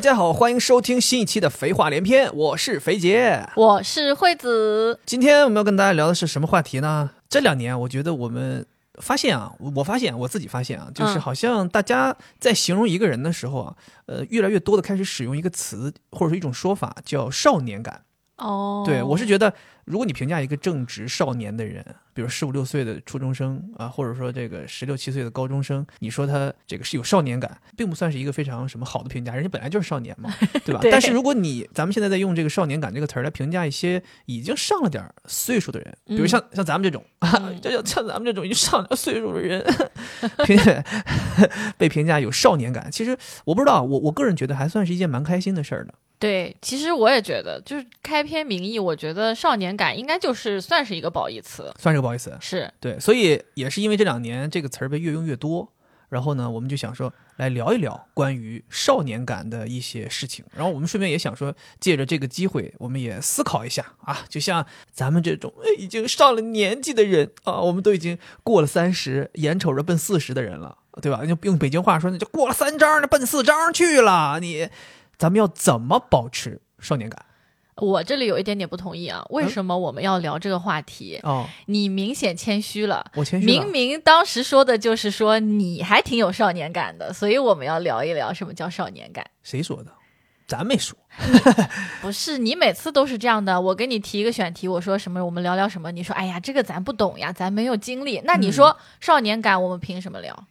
家好，欢迎收听新一期的《肥话连篇》，我是肥杰。我是惠子，今天我们要跟大家聊的是什么话题呢？这两年我觉得我们发现啊，我我发现我自己发现啊，就是嗯好像大家在形容一个人的时候啊，呃，越来越多的开始使用一个词或者说一种说法叫少年感。哦对我是觉得，如果你评价一个正值少年的人，比如十五六岁的初中生啊，或者说这个十六七岁的高中生，你说他这个是有少年感，并不算是一个非常什么好的评价，人家本来就是少 年嘛，对吧？对但是如果你咱们现在在用这个“少年感”这个词儿来评价一些已经上了点儿岁数的人，比如像、像咱们这种，嗯 就像像咱们这种已经上了岁数的人，评 被评价有少年感，其实我不知道，我我个人觉得还算是一件蛮开心的事儿的。对，其实我也觉得，就是开篇名义，我觉得少年感应该就是算是一个褒义词，算是个不好意思，是对，所以也是因为这两年这个词儿被越用越多，然后呢，我们就想说来聊一聊关于少年感的一些事情，然后我们顺便也想说，借着这个机会，我们也思考一下啊，就像咱们这种呃已经上了年纪的人啊，我们都已经过了三十，眼瞅着奔四十的人了，对吧？用用北京话说，那就过了三张，那奔四张去了，你咱们要怎么保持少年感？我这里有一点点不同意啊。为嗯什么我们要聊这个话题？哦，你明显谦虚了。我谦虚了明明当时说的就是说你还挺有少年感的，所以我们要聊一聊什么叫少年感。谁说的？咱没说。不是你每次都是这样的，我给你提一个选题，我说什么我们聊聊什么，你说哎呀这个咱不懂呀，咱没有经历。嗯那你说、少年感我们凭什 么聊？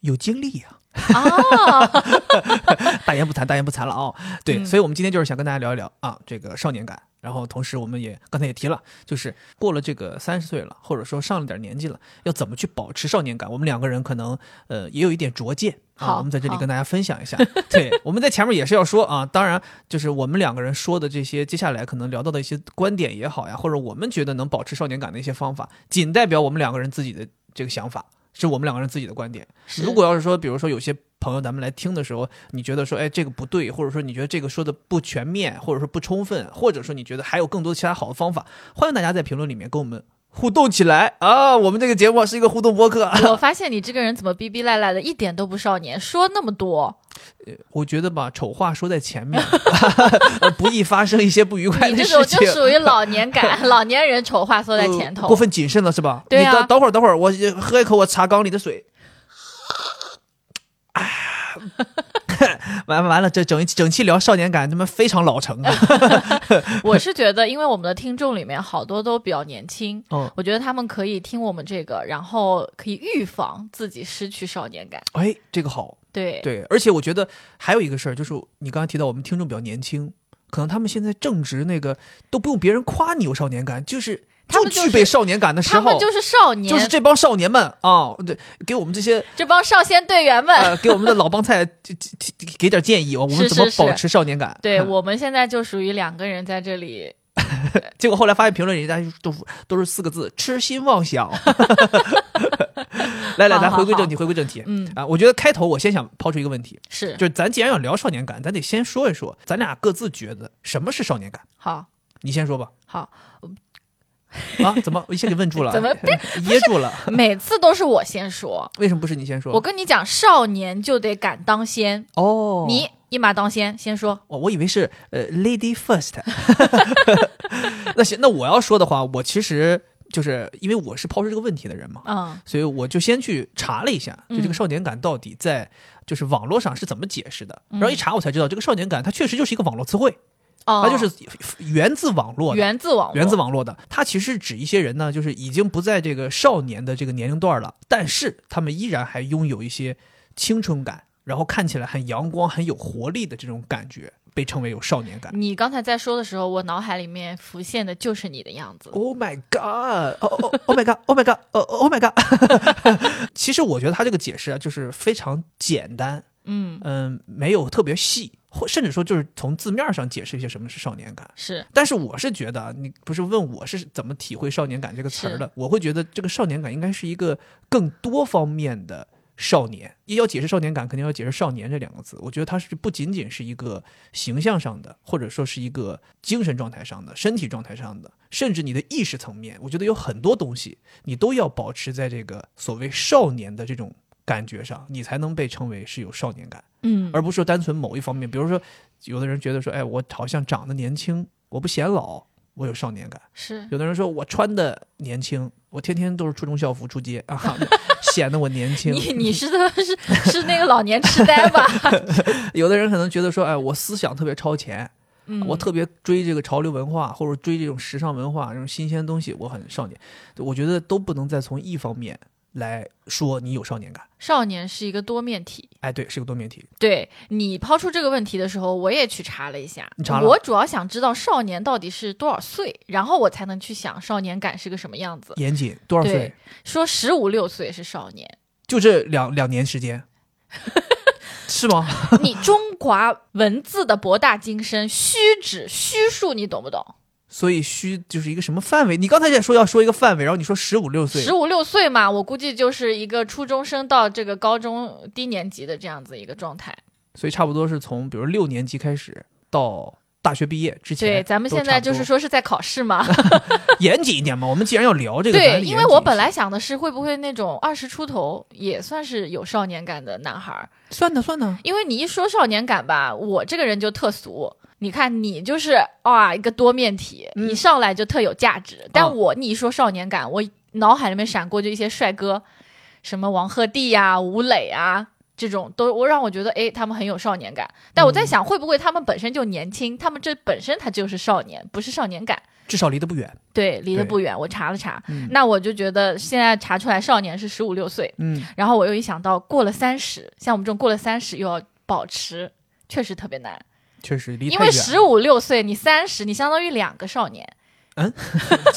有经历呀、哦， 大言不惭，大言不惭了啊、对，嗯所以我们今天就是想跟大家聊一聊啊，这个少年感。然后同时我们也刚才也提了，就是过了这个三十岁了，或者说上了点年纪了，要怎么去保持少年感？我们两个人可能呃也有一点拙见啊，好我们在这里好跟大家分享一 下。对，我们在前面也是要说啊，当然就是我们两个人说的这些，接下来可能聊到的一些观点也好呀，或者我们觉得能保持少年感的一些方法，仅代表我们两个人自己的这个想法，是我们两个人自己的观点。是如果要是说，比如说有些朋友咱们来听的时候，你觉得说，哎，这个不对，或者说你觉得这个说的不全面，或者说不充分，或者说你觉得还有更多其他好的方法，欢迎大家在评论里面跟我们互动起来啊！我们这个节目是一个互动播客， 我发现你这个人怎么逼逼赖赖的，一点都不少年，说那么多，我觉得吧，丑话说在前面， 不易发生一些不愉 快你的这事种情就。属于老年感，老年人丑话说在前呃头。过分谨慎了是吧？对啊你等等会儿，等会儿，我喝一口我茶缸里的水。哎， 完完了，这整一整期聊少年感，他妈非常老成啊！我是觉得，因为我们的听众里面好多都比较年轻，嗯，我觉得他们可以听我们这个，然后可以预防自己失去少年感。哎，这个好，对，对，而且我觉得还有一个事儿，就是你刚才提到我们听众比较年轻，可能他们现在正值那个都不用别人夸你有少年感，就是他们就具是备少年感的时他们候，就是少年，就是这帮少年们啊、对，给我们这 些这帮少先队员们。呃，给我们的老帮菜就就就给点建议，我们是怎么是是保持少年感？ 对嗯我们现在就属于两个人在这里，结果后来发现评论人家都都是四个字：痴心妄 想。来来，好咱好回归正好题，回归正题。嗯，啊，我觉得开头我先想抛出一个问题，是就是咱既然要聊少年感，咱得先说一说，咱俩各自觉得什么是少年感。好你先说吧。好，啊，怎么我一下给问住了？ 怎么 噎住了？每次都是我先说，为什么不是你先我说？跟你讲，少年就得敢当先，哦，你一马当先，先说。我我以为是呃，lady first。那行，那我要说的话，我其实就是因为我是抛出这个问题的人嘛，嗯，所以我就先去查了一下，就这个嗯少年感到底在就是网络上是怎么解释的。嗯然后一查，我才知道这个少年感它确实就是一个网络词汇，哦，它就是源自网络的。源自网络，源自网络的，它其实指一些人呢，就是已经不在这个少年的这个年龄段了，但是他们依然还拥有一些青春感，然后看起来很阳光、很有活力的这种感觉，被称为有少年感。你刚才在说的时候，我脑海里面浮现的就是你的样子。 Oh my god! Oh oh oh my god! Oh my god! Oh oh my god! 其实我觉得他这个解释啊，就是非常简单，嗯，嗯，没有特别细，或甚至说就是从字面上解释一些什么是少年感。是但是我是觉得啊，你不是问我是怎么体会“少年感”这个词儿的，我会觉得这个少年感应该是一个更多方面的少年。要解释少年感，肯定要解释“少年”这两个字。我觉得它是不仅仅是一个形象上的，或者说是一个精神状态上的、身体状态上的，甚至你的意识层面，我觉得有很多东西你都要保持在这个所谓少年的这种感觉上，你才能被称为是有少年感，嗯，而不是说单纯某一方面。比如说，有的人觉得说，哎，我好像长得年轻，我不显老，我有少年感；是有的人说我穿的年轻，我天天都是初中校服出街 啊，显得我年轻。你你是他妈 是是那个老年痴呆吧？ 有的人可能觉得说，哎，我思想特别超前，嗯，我特别追这个潮流文化，或者追这种时尚文化，这种新鲜东西，我很少年。我觉得都不能再从一方面来说你有少年感。少年是一个多面体。哎，对，是个多面体。对你抛出这个问题的时候，我也去查了一下你查，了我主要想知道少年到底是多少岁，然后我才能去想少年感是个什么样子。严谨多少岁对？，说十五六岁是少年，就这两两年时 间，是吗？ 你中华文字的博大精深，虚指虚数，你懂不懂？所以虚就是一个什么范围？你刚才也说要说一个范围，然后你说十五六岁十，五六岁嘛，我估计就是一个初中生到这个高中低年级的这样子一个状态。所以差不多是从比如六年级开始到大学毕业之前。对，咱们现在就是都差说是在考试 嘛。不多严谨一点嘛。我们既然要聊这个，咱对，得因严为谨我一本些来想的是会不会那种二十出头也算是有少年感的男孩儿，算的算的，因为你一说少年感吧，我这个人就特俗。你看，你就是哇一个多面体，嗯一上来就特有价值。啊但我你一说少年感，我脑海里面闪过就一些帅哥，什么王鹤棣呀、吴磊啊这种，都我让我觉得哎，他们很有少年感。但嗯我在想，会不会他们本身就年轻，他们这本身他就是少年，不是少年感。至少离得不远。对，离得对不远。我查了查，嗯那我就觉得现在查出来少年是十五六岁，嗯，然后我又一想到过了三十，像我们这种过了三十又要保持，确实特别难，确实离因太为远。十五六岁你三十，你相当于两个少年，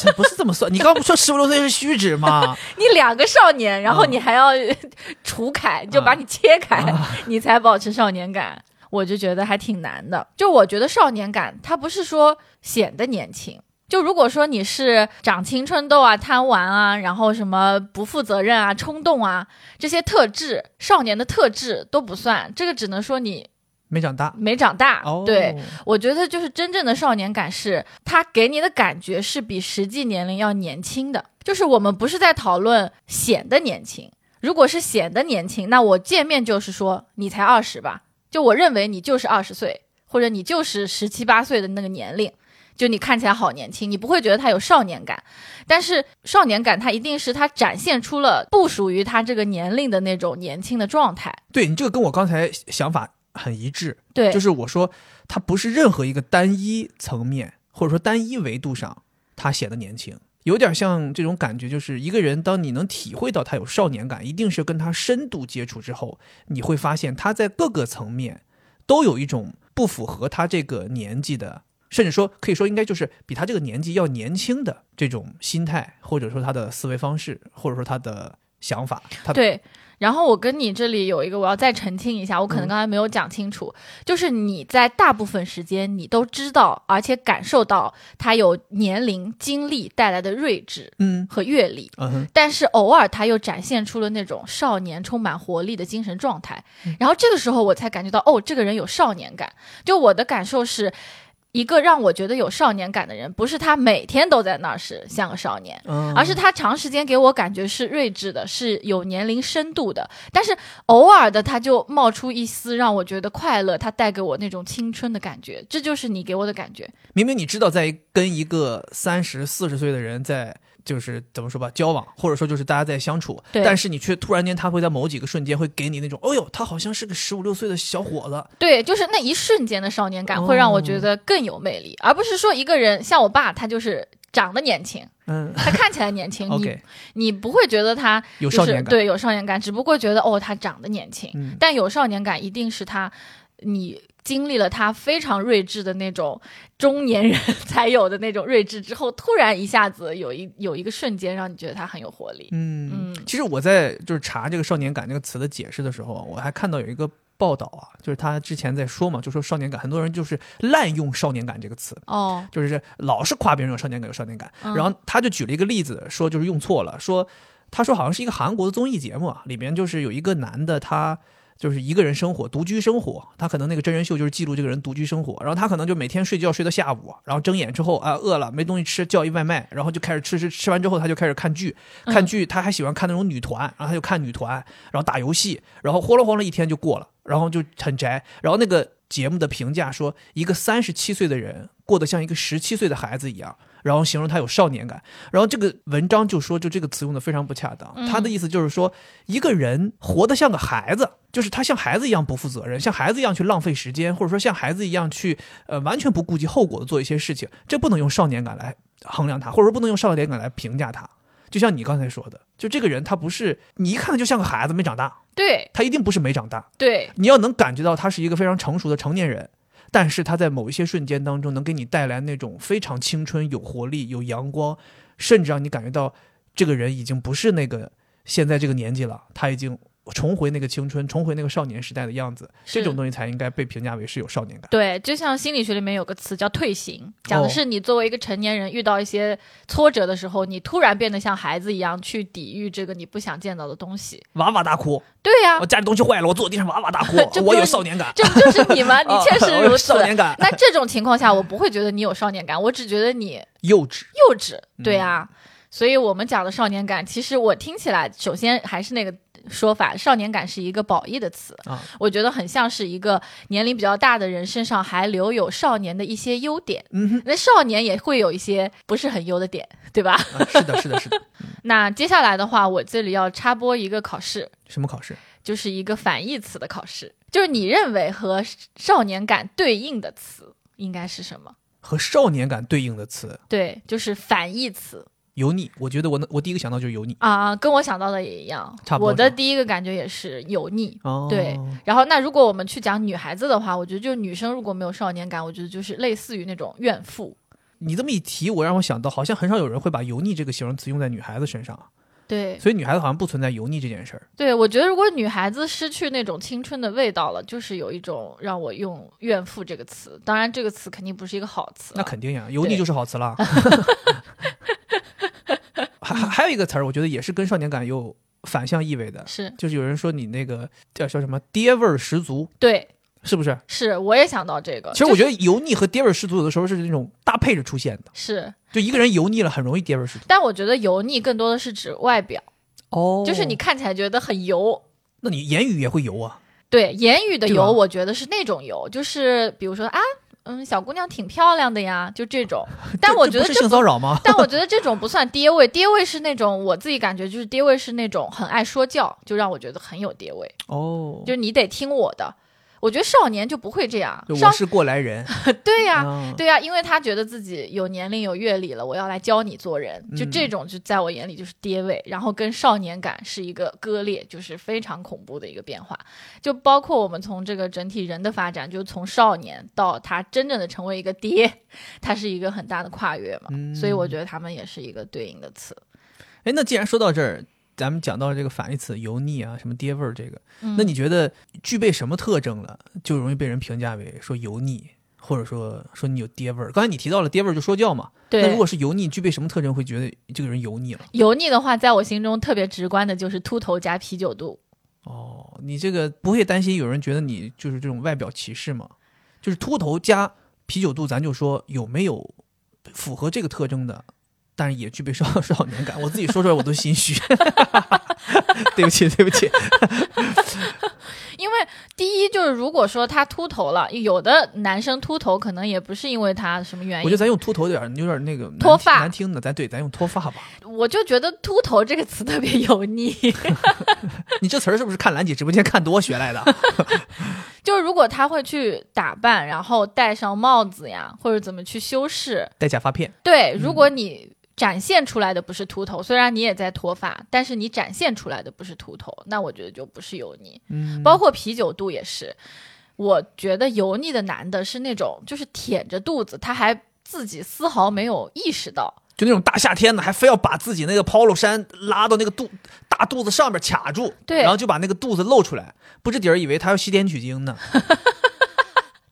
这不是这么算，你刚不说十五六岁是虚指 吗？你两个少年，然后嗯你还要 除开，就把你切开，你才保持少年感。我就觉得还挺难的。就我觉得少年感，它不是说显得年轻。就如果说你是长青春痘啊、贪玩啊，然后什么不负责任啊、冲动啊这些特质，少年的特质都不算，这个只能说你没长大。没长大。哦，对，，我觉得就是真正的少年感是，他给你的感觉是比实际年龄要年轻的。就是我们不是在讨论显得年轻，如果是显得年轻，那我见面就是说你才二十吧，就我认为你就是二十岁，或者你就是十七八岁的那个年龄。就你看起来好年轻，你不会觉得他有少年感，但是少年感它一定是他展现出了不属于他这个年龄的那种年轻的状态。对你这个跟我刚才想法很一致，对，就是我说它不是任何一个单一层面或者说单一维度上它显得年轻，有点像这种感觉，就是一个人当你能体会到他有少年感，一定是跟他深度接触之后，你会发现他在各个层面都有一种不符合他这个年纪的。甚至说，可以说应该就是比他这个年纪要年轻的这种心态，或者说他的思维方式，或者说他的想法，他对，然后我跟你这里有一个，我要再澄清一下，我可嗯能刚才没有讲清楚，就是你在大部分时间你都知道，而且感受到他有年龄、经历带来的睿智嗯和阅历。嗯哼，但是偶尔他又展现出了那种少年充满活力的精神状态，嗯然后这个时候我才感觉到，哦，这个人有少年感。就我的感受是，一个让我觉得有少年感的人，不是他每天都在那儿是像个少年，嗯而是他长时间给我感觉是睿智的，是有年龄深度的，但是偶尔的他就冒出一丝让我觉得快乐，他带给我那种青春的感觉，这就是你给我的感觉。明明你知道，在跟一个三十四十岁的人在就是怎么说吧交往，或者说就是大家在相处，对但是你却突然间他会在某几个瞬间会给你那种，哦呦，他好像是个十五六岁的小伙子，对，就是那一瞬间的少年感哦会让我觉得更有魅力，而不是说一个人像我爸，他就是长得年轻，嗯他看起来年轻，你 ，OK，你不会觉得他有就是少年感，对有少年感，只不过觉得哦他长得年轻，嗯但有少年感一定是他，你经历了他非常睿智的那种中年人 才有的那种睿智之后，突然一下子有一有一个瞬间让你觉得他很有活力。嗯嗯其实我在就是查这个“少年感”这个词的解释的时候，我还看到有一个报道啊，就是他之前在说嘛，就说少年感，很多人就是滥用“少年感”这个词，哦，就是老是夸别人有少年感，有少年感。嗯然后他就举了一个例子，说就是用错了，说他说好像是一个韩国的综艺节目啊，里面就是有一个男的他。就是一个人生活、独居生活，他可能那个真人秀就是记录这个人独居生活，然后他可能就每天睡觉睡到下午，然后睁眼之后啊饿了没东西吃叫一外卖，然后就开始吃吃吃完之后他就开始看剧，看剧他还喜欢看那种女团，然后他就看女团，然后打游戏，然后晃了晃了一天就过了，然后就很宅，然后那个节目的评价说一个三十七岁的人过得像一个十七岁的孩子一样。然后形容他有少年感，然后这个文章就说，就这个词用的非常不恰当。他的意思就是说，一个人活得像个孩子，就是他像孩子一样不负责任，像孩子一样去浪费时间，或者说像孩子一样去呃完全不顾及后果的做一些事情，这不能用少年感来衡量他，或者说不能用少年感来评价他。就像你刚才说的，就这个人他不是你一看他就像个孩子没长大，对他一定不是没长大，对，你要能感觉到他是一个非常成熟的成年人，但是他在某一些瞬间当中能给你带来那种非常青春、有活力、有阳光，甚至让你感觉到这个人已经不是那个现在这个年纪了，他已经重回那个青春、重回那个少年时代的样子。这是种东西才应该被评价为是有少年感。对，就像心理学里面有个词叫退行，讲哦的是你作为一个成年人遇到一些挫折的时候，你突然变得像孩子一样去抵御这个你不想见到的东西。哇哇大哭，对呀、我家里东西坏了，我坐地上哇哇大 哭这，不我是有少年感。这不就是你吗？你确啊实 我有如此少。年感，那这种情况下，我不会觉得你有少年感，我只觉得你幼稚。幼稚。对嗯啊，所以我们讲的少年感，其实我听起来，首先还是那个说法，少年感是一个褒义的词啊，我觉得很像是一个年龄比较大的人身上还留有少年的一些优点。嗯哼那少年也会有一些不是很优的点，对吧？啊，是的，是的，是的。那接下来的话，我这里要插播一个考试，什么考试？就是一个反义词的考试，就是你认为和少年感对应的词应该是什么？和少年感对应的词，对，就是反义词油腻。我觉得我能，我第一个想到就是油腻。啊，跟我想到的也一样差。不多我的是吧第一个感觉也是油腻。哦，对然后，那如果我们去讲女孩子的话，我觉得就女生如果没有少年感，我觉得就是类似于那种怨妇。你这么一提，我让我想到，好像很少有人会把油腻这个形容词用在女孩子身上啊，对啊所以女孩子好像不存在油腻这件事儿。对，我觉得如果女孩子失去那种青春的味道了，就是有一种让我用“怨妇”这个词。当然，这个词肯定不是一个好词啊。那肯定呀，油腻对就是好词 了。还还还有一个词儿，我觉得也是跟少年感有反向意味的，是就是有人说你那个叫叫什么爹味儿十足，对，是不是？是我也想到这个。其实我觉得得油腻和爹味儿十足有的时候是那种搭配着出现的，是，就一个人油腻了，很容易爹味儿十足。但我觉得油腻更多的是指外表，哦就是你，看起来觉得很油。那你言语也会油啊。对，言语的对吧油，我觉得是那种油，就是比如说啊，嗯，小姑娘挺漂亮的呀，就 这种。但这我这觉不得是这性骚扰吗？但我觉得这种不算爹味，爹味是那种我自己感觉就是爹味是那种很爱说教，就让我觉得很有爹味，哦，就是你得听我的。我觉得少年就不会这样就，少我是过来人对呀、啊对呀、因为他觉得自己有年龄有阅历了，我要来教你做人，就嗯这种就在我眼里就是爹味，然后跟少年感是一个割裂，就是非常恐怖的一个变化。就包括我们从这个整体人的发展，就从少年到他真正的成为一个爹，他是一个很大的跨越嘛。嗯所以我觉得他们也是一个对应的词。哎，那既然说到这儿，咱们讲到这个反义词油腻啊，什么爹味儿这个，嗯那你觉得具备什么特征了，就容易被人评价为说油腻，或者说说你有爹味儿？刚才你提到了爹味儿就说教嘛，那对如果是油腻，具备什么特征会觉得这个人油腻了？油腻的话，在我心中特别直观的就是秃头加啤酒肚。哦，你这个不会担心有人觉得你就是这种外表歧视吗？就是秃头加啤酒肚，咱就说有没有符合这个特征的，但是也具备少 少年感。我自己说出来我都心虚， 对不起，对不起。因为第一就是，如果说他秃头了，有的男生秃头可能也不是因为他什么原我觉得因，咱用秃头有点有点那个难脱听发难听的，咱对咱用脱发吧。我就觉得“秃头”这个词特别油腻。 你这词儿是不是看兰姐直播间看多学来的？就是如果他会去打扮，然后戴上帽子呀，或者怎么去修饰，戴假发片，对，如果你。展现出来的不是秃头，虽然你也在脱发，但是你展现出来的不是秃头，那我觉得就不是油腻。嗯，包括啤酒肚也是。我觉得油腻的男的是那种，就是舔着肚子，他还自己丝毫没有意识到。就那种大夏天的，还非要把自己那个 polo 衫拉到那个肚大肚子上面卡住，对然后就把那个肚子露出来，不知底儿以为他要吸点取经呢。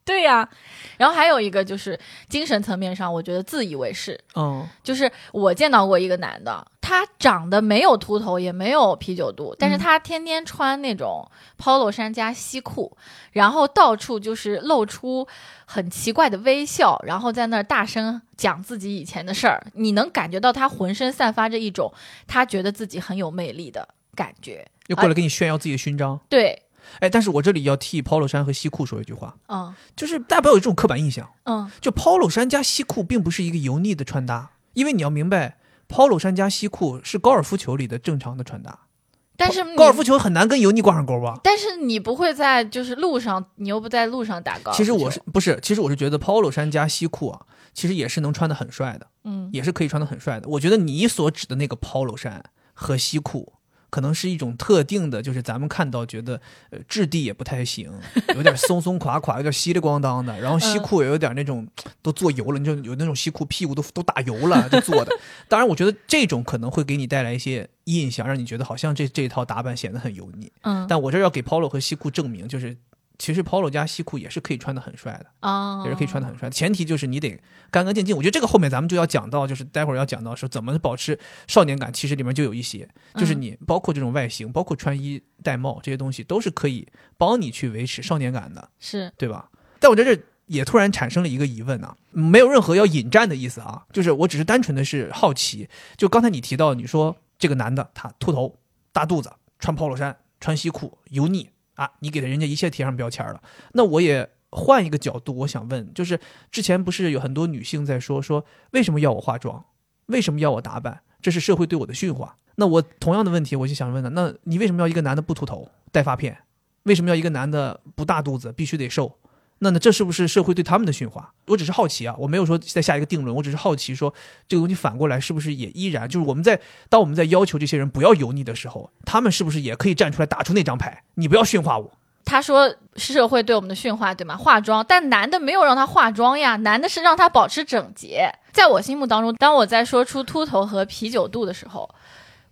对呀、然后还有一个就是精神层面上，我觉得自以为是，嗯，就是我见到过一个男的，他长得没有秃头，也没有啤酒肚，但是他天天穿那种 polo 衫加西裤，然后到处就是露出很奇怪的微笑，然后在那儿大声讲自己以前的事儿。你能感觉到他浑身散发着一种他觉得自己很有魅力的感觉。又过来给你炫耀自己的勋章。对，哎，但是我这里要替 polo 衫和西裤说一句话，嗯就是大家不要有这种刻板印象，嗯就 polo 衫加西裤并不是一个油腻的穿搭，因为你要明白，polo 衫加西裤是高尔夫球里的正常的穿搭，但是高你高尔夫球很难跟油腻挂上钩吧？但是你不会在就是路上，你又不在路上打高尔夫其球。实我是不是？其实我是觉得 polo 衫加西裤啊，其实也是能穿的很帅的，嗯也是可以穿的很帅的。我觉得你所指的那个 polo 衫和西裤，可能是一种特定的，就是咱们看到觉得呃质地也不太行，有点松松垮垮，有点稀里咣当的。然后西裤也有点那种都做油了，你就有那种西裤屁股都都打油了就做的。 当然，我觉得这种可能会给你带来一些印象，让你觉得好像这这套打扮显得很油腻。嗯但我这儿要给 polo 和西裤证明，就是其实 polo 加西裤也是可以穿的很帅的，啊，也是可以穿的很帅的。前提就是你得干干净净。我觉得这个后面咱们就要讲到，就是待会儿要讲到说怎么保持少年感，其实里面就有一些，就是嗯你包括这种外形，包括穿衣戴帽这些东西，都是可以帮你去维持少年感的，是对吧？但我在这儿也突然产生了一个疑问啊，没有任何要引战的意思啊，就是我只是单纯的是好奇，就刚才你提到你说这个男的他秃头、大肚子、穿 polo 衫、穿西裤、油腻啊，你给人家一切贴上标签了。那我也换一个角度，我想问，就是之前不是有很多女性在说说为什么要我化妆，为什么要我打扮，这是社会对我的驯化。那我同样的问题，我就想问了，那你为什么要一个男的不秃头、带发片？为什么要一个男的不大肚子，必须得瘦？那呢，这是不是社会对他们的驯化？我只是好奇啊，我没有说再下一个定论，我只是好奇说这个东西反过来是不是也依然就是我们在当我们在要求这些人不要油腻的时候，他们是不是也可以站出来打出那张牌？你不要驯化我。他说社会对我们的驯化，对吗？化妆，但男的没有让他化妆呀，男的是让他保持整洁。在我心目当中，当我在说出秃头和啤酒肚的时候，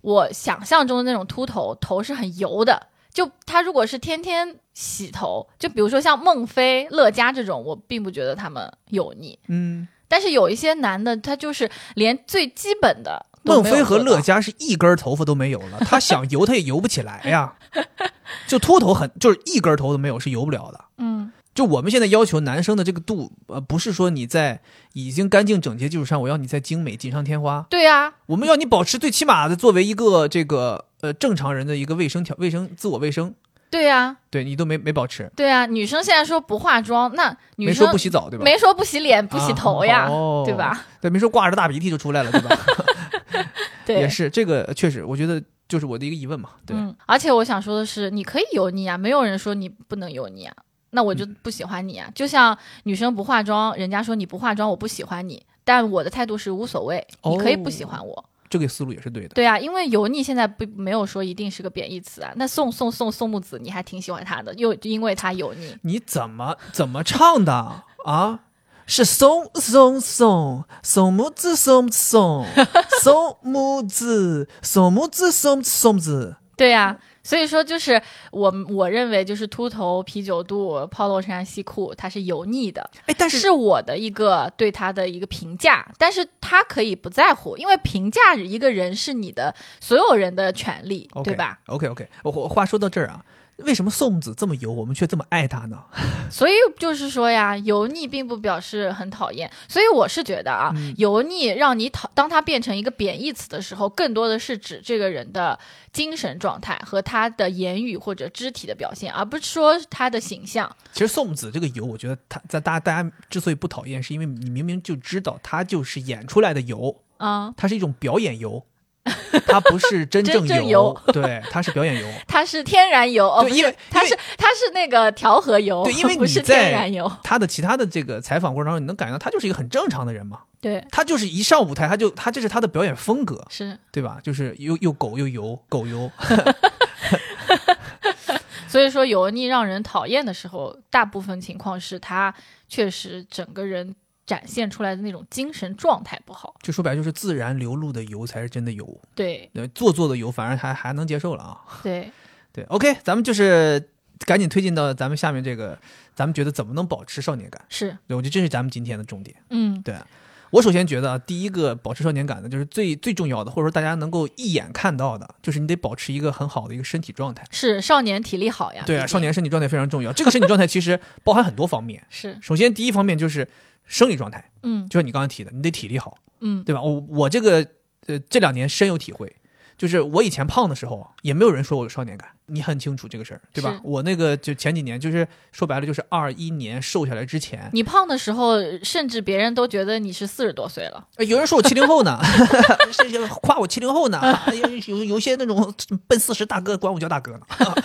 我想象中的那种秃头头是很油的，就他如果是天天洗头，就比如说像孟非、乐嘉这种，我并不觉得他们油腻。嗯，但是有一些男的，他就是连最基本的都孟没有非和做到乐嘉是一根头发都没有了，他想油他也油不起来呀。就秃头很就是一根头都没有是油不了的。嗯就我们现在要求男生的这个度，呃，不是说你在已经干净整洁基础上，我要你在精美锦上添花，对啊呀、我们要你保持最起码的作为一个这个呃正常人的一个卫生条卫生自我卫生，对呀、对你都没没保持，对呀、啊女生现在说不化妆，那女没生说不洗澡对吧？没说不洗脸、不洗头呀，啊哦对吧？对，没说挂着大鼻涕就出来了对吧？对，也是这个确实，我觉得就是我的一个疑问嘛，对。嗯。而且我想说的是，你可以油腻啊，没有人说你不能油腻啊。那我就嗯不喜欢你啊。就像女生不化妆，人家说你不化妆，我不喜欢你，但我的态度是无所谓，哦你可以不喜欢我。这个思路也是对的。对啊，因为油腻现在不没有说一定是个贬义词啊。那宋宋宋宋木子，你还挺喜欢她的，又因为她油腻。你怎么怎么唱的啊？是松松松松木子松松松木子松木子松松子。嗯对呀、所以说就是我我认为就是秃头、啤酒肚、polo 衫、西裤，它是油腻的，哎，但是是我的一个对他的一个评价。但是他可以不在乎，因为评价一个人是你的所有人的权利 OK, 对吧？ ？OK OK，我我话说到这儿啊，为什么宋子这么油，我们却这么爱他呢？ 所以就是说呀，油腻并不表示很讨厌。所以我是觉得啊，嗯油腻让你讨，当它变成一个贬义词的时候，更多的是指这个人的精神状态和他的言语或者肢体的表现，而不是说他的形象。其实宋子这个油，我觉得他在大家大家之所以不讨厌，是因为你明明就知道他就是演出来的油，啊、他是一种表演油，他不是 真正油，真正油对，他是表演油。它是天然油， 哦，对不因为是它因为是它是那个调和油，对因为不是你在天然油，他的其他的这个采访过程当中，你能感觉到他就是一个很正常的人嘛，对，他就是一上舞台，他就他这是他的表演风格，是，对吧？就是又又狗又油，狗油。 所以说油腻让人讨厌的时候，大部分情况是他确实整个人展现出来的那种精神状态不好，就说白了，就是自然流露的油才是真的油，对呃做作的油反而还还能接受了啊。对，对，OK，咱们就是赶紧推进到咱们下面这个，咱们觉得怎么能保持少年感？是，对，我觉得这是咱们今天的重点。嗯对我首先觉得啊，第一个保持少年感的，就是最最重要的，或者说大家能够一眼看到的，就是你得保持一个很好的一个身体状态。是少年体力好呀。对毕啊，竟少年身体状态非常重要。这个身体状态其实包含很多方面。是，首先，第一方面就是生理状态，嗯就像你刚刚提的，你得体力好，嗯，对吧？我我这个呃这两年深有体会，就是我以前胖的时候啊，也没有人说我有少年感，你很清楚这个事儿，对吧是？我那个就前几年就是说白了就是二一年瘦下来之前，你胖的时候，甚至别人都觉得你是四十多岁了。呃有人说我七零后 呢，是是夸我七零后呢，啊有有有些那种奔四十大哥管我叫大哥呢。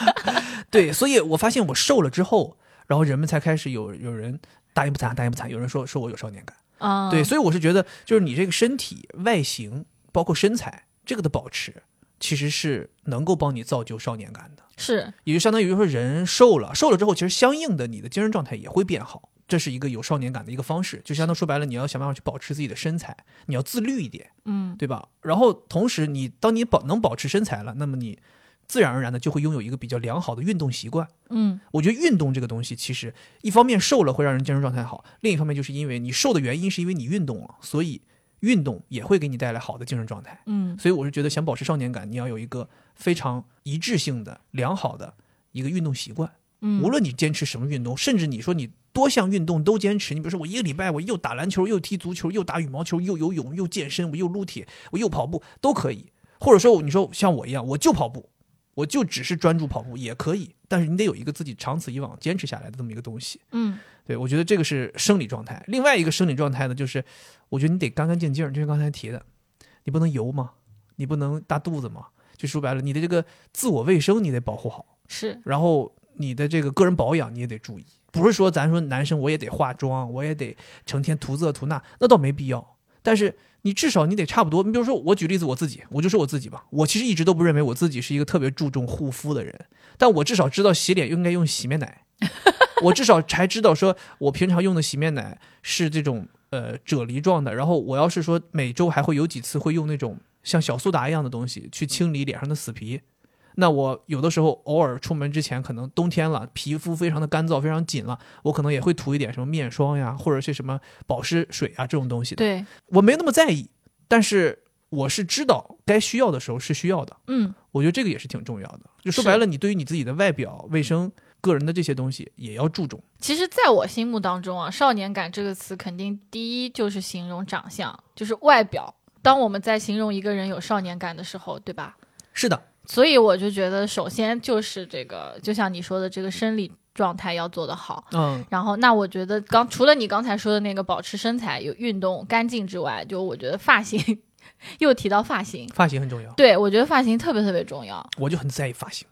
对，所以我发现我瘦了之后，然后人们才开始有有人大言不惭，大言不惭，有人说说我有少年感。啊、对，所以我是觉得，就是你这个身体外形，包括身材这个的保持，其实是能够帮你造就少年感的。是也就相当于说，人瘦了，瘦了之后，其实相应的你的精神状态也会变好，这是一个有少年感的一个方式。就相当说白了，你要想办法去保持自己的身材，你要自律一点，嗯对吧？然后同时你，当你保能保持身材了，那么你自然而然的就会拥有一个比较良好的运动习惯。嗯我觉得运动这个东西，其实一方面瘦了会让人精神状态好，另一方面就是因为你瘦的原因是因为你运动了，所以运动也会给你带来好的精神状态。嗯所以我是觉得，想保持少年感，你要有一个非常一致性的、良好的一个运动习惯。嗯，无论你坚持什么运动，甚至你说你多项运动都坚持，你比如说我一个礼拜我又打篮球，又踢足球，又打羽毛球，又游泳，又健身，我又撸铁，我又跑步都可以。或者说你说像我一样，我就跑步，我就只是专注跑步也可以，但是你得有一个自己长此以往坚持下来的这么一个东西。嗯对我觉得这个是生理状态。另外一个生理状态呢，就是我觉得你得干干净净，就像刚才提的，你不能油嘛，你不能大肚子嘛，就说白了，你的这个自我卫生你得保护好。是然后你的这个个人保养你也得注意，不是说咱说男生我也得化妆，我也得成天涂这涂那，那倒没必要。但是你至少你得差不多，你比如说我举例子我自己，我就说我自己吧，我其实一直都不认为我自己是一个特别注重护肤的人，但我至少知道洗脸应该用洗面奶， 我至少才知道说我平常用的洗面奶是这种呃啫喱状的，然后我要是说每周还会有几次会用那种像小苏打一样的东西去清理脸上的死皮。那我有的时候偶尔出门之前，可能冬天了，皮肤非常的干燥，非常紧了，我可能也会涂一点什么面霜呀，或者是什么保湿水啊这种东西的。对，我没那么在意，但是我是知道该需要的时候是需要的。嗯我觉得这个也是挺重要的。就说是白了，你对于你自己的外表、卫生、个人的这些东西也要注重。其实，在我心目当中啊，“少年感”这个词，肯定第一就是形容长相，就是外表。当我们在形容一个人有少年感的时候，对吧？是的，所以我就觉得，首先就是这个，就像你说的，这个生理状态要做得好。嗯，然后，那我觉得刚除了你刚才说的那个保持身材、有运动、干净之外，就我觉得发型， 又提到发型，发型很重要，对我觉得发型特别特别重要。我就很在意发型，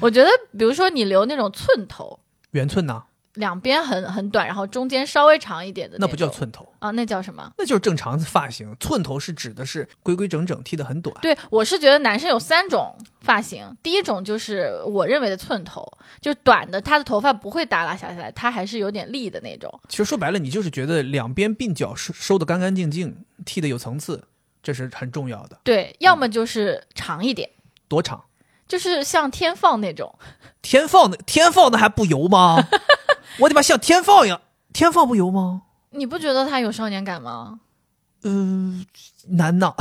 我觉得，比如说你留那种寸头，圆寸呐、两边很很短，然后中间稍微长一点的呃那不叫种寸头，啊，那叫什么？那就是正常的发型。寸头是指的是规规整整，剃得很短。对，我是觉得男生有三种发型，第一种就是我认为的寸头，就是短的，他的头发不会耷拉下来，他还是有点立的那种。其实说白了，你就是觉得两边鬓角收收的干干净净，剃的有层次，这是很重要的。对，要么就是长一点，多长？就是像天放那种。天放的天放的还不油吗？ 我得把像天放一样，天放不油吗？你不觉得他有少年感吗？嗯、难 呐，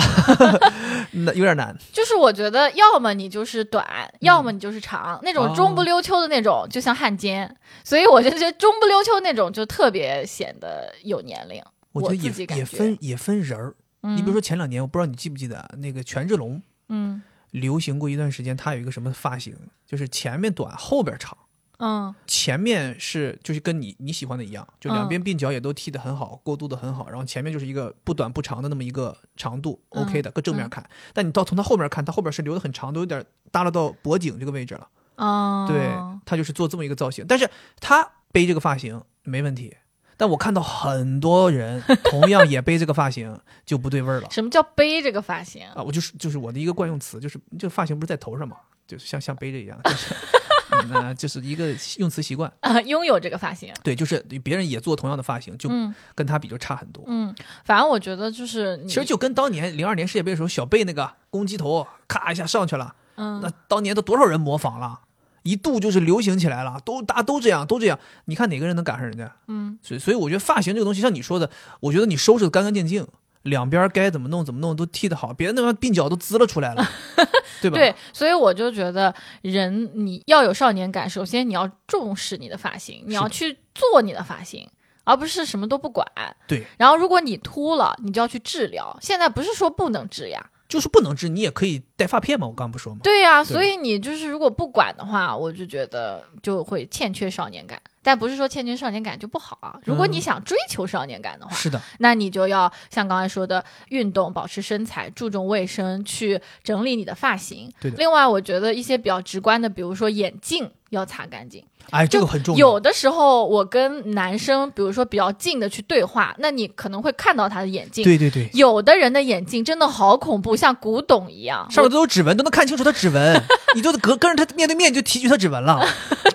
那有点难。就是我觉得，要么你就是短，要么你就是长，那种中不溜秋的那种，就像汉奸。所以我就觉得中不溜秋那种就特别显得有年龄。我觉我得自也己感也觉分也分人儿。嗯，你比如说前两年，我不知道你记不记得那个权志龙嗯，流行过一段时间，他有一个什么发型，就是前面短后边长。嗯前面是就是跟你你喜欢的一样，就两嗯边鬓角也都剃得很好，过渡的很好，然后前面就是一个不短不长的那么一个长度、嗯 o k 的，搁正面看。但你到从他后面看，他后边是留的很长，都有点耷拉到脖颈这个位置了。嗯，对，他就是做这么一个造型，但是他背这个发型没问题。但我看到很多人同样也背这个发型， 就不对味儿了什么叫背这个发型？啊！我就是就是我的一个惯用词，就是这个发型不是在头上嘛，就是像像背着一样， 就是嗯那、就是一个用词习惯。啊， 拥有这个发型。对，就是别人也做同样的发型，就嗯跟他比就差很多。嗯，反正我觉得就是你，其实就跟当年零二年世界杯的时候，小贝那个公鸡头，咔一下上去了，嗯那当年都多少人模仿了，一度就是流行起来了，都大家都这样，都这样。你看哪个人能赶上人家？嗯，所以，所以我觉得发型这个东西，像你说的，我觉得你收拾的干干净净，两边该怎么弄怎么弄都剃得好，别那妈鬓角都滋了出 来了，对吧？对，所以我就觉得人你要有少年感，首先你要重视你的发型，你要是去做你的发型。而不是什么都不管，对。然后，如果你秃了，你就要去治疗。现在不是说不能治呀，就是不能治，你也可以戴发片嘛，我刚不说嘛。对呀、对所以你就是如果不管的话，我就觉得就会欠缺少年感。但不是说欠缺少年感就不好啊，如果你嗯想追求少年感的话，是的，那你就要像刚才说的，运动、保持身材、注重卫生，去整理你的发型。对的另外，我觉得一些比较直观的，比如说眼镜要擦干净。哎，这就个很重要。有的时候我跟男生，比如说比较近的去对话，那你可能会看到他的眼镜。对对对，有的人的眼镜真的好恐怖，像古董一样。 上面都有指纹，都能看清楚他指 纹，你就隔跟着他面对面就提取他指纹了。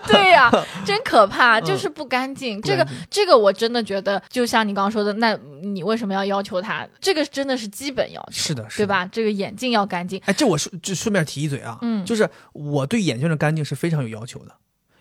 对 呀、真可怕，嗯就是不干净。不这个干净这个我真的觉得，就像你刚刚说的，那你为什么要要求他？这个真的是基本要求，是的，是的？对吧？这个眼镜要干净。哎，这我顺就顺便提一嘴啊，嗯就是我对眼镜的干净是非常有要求的，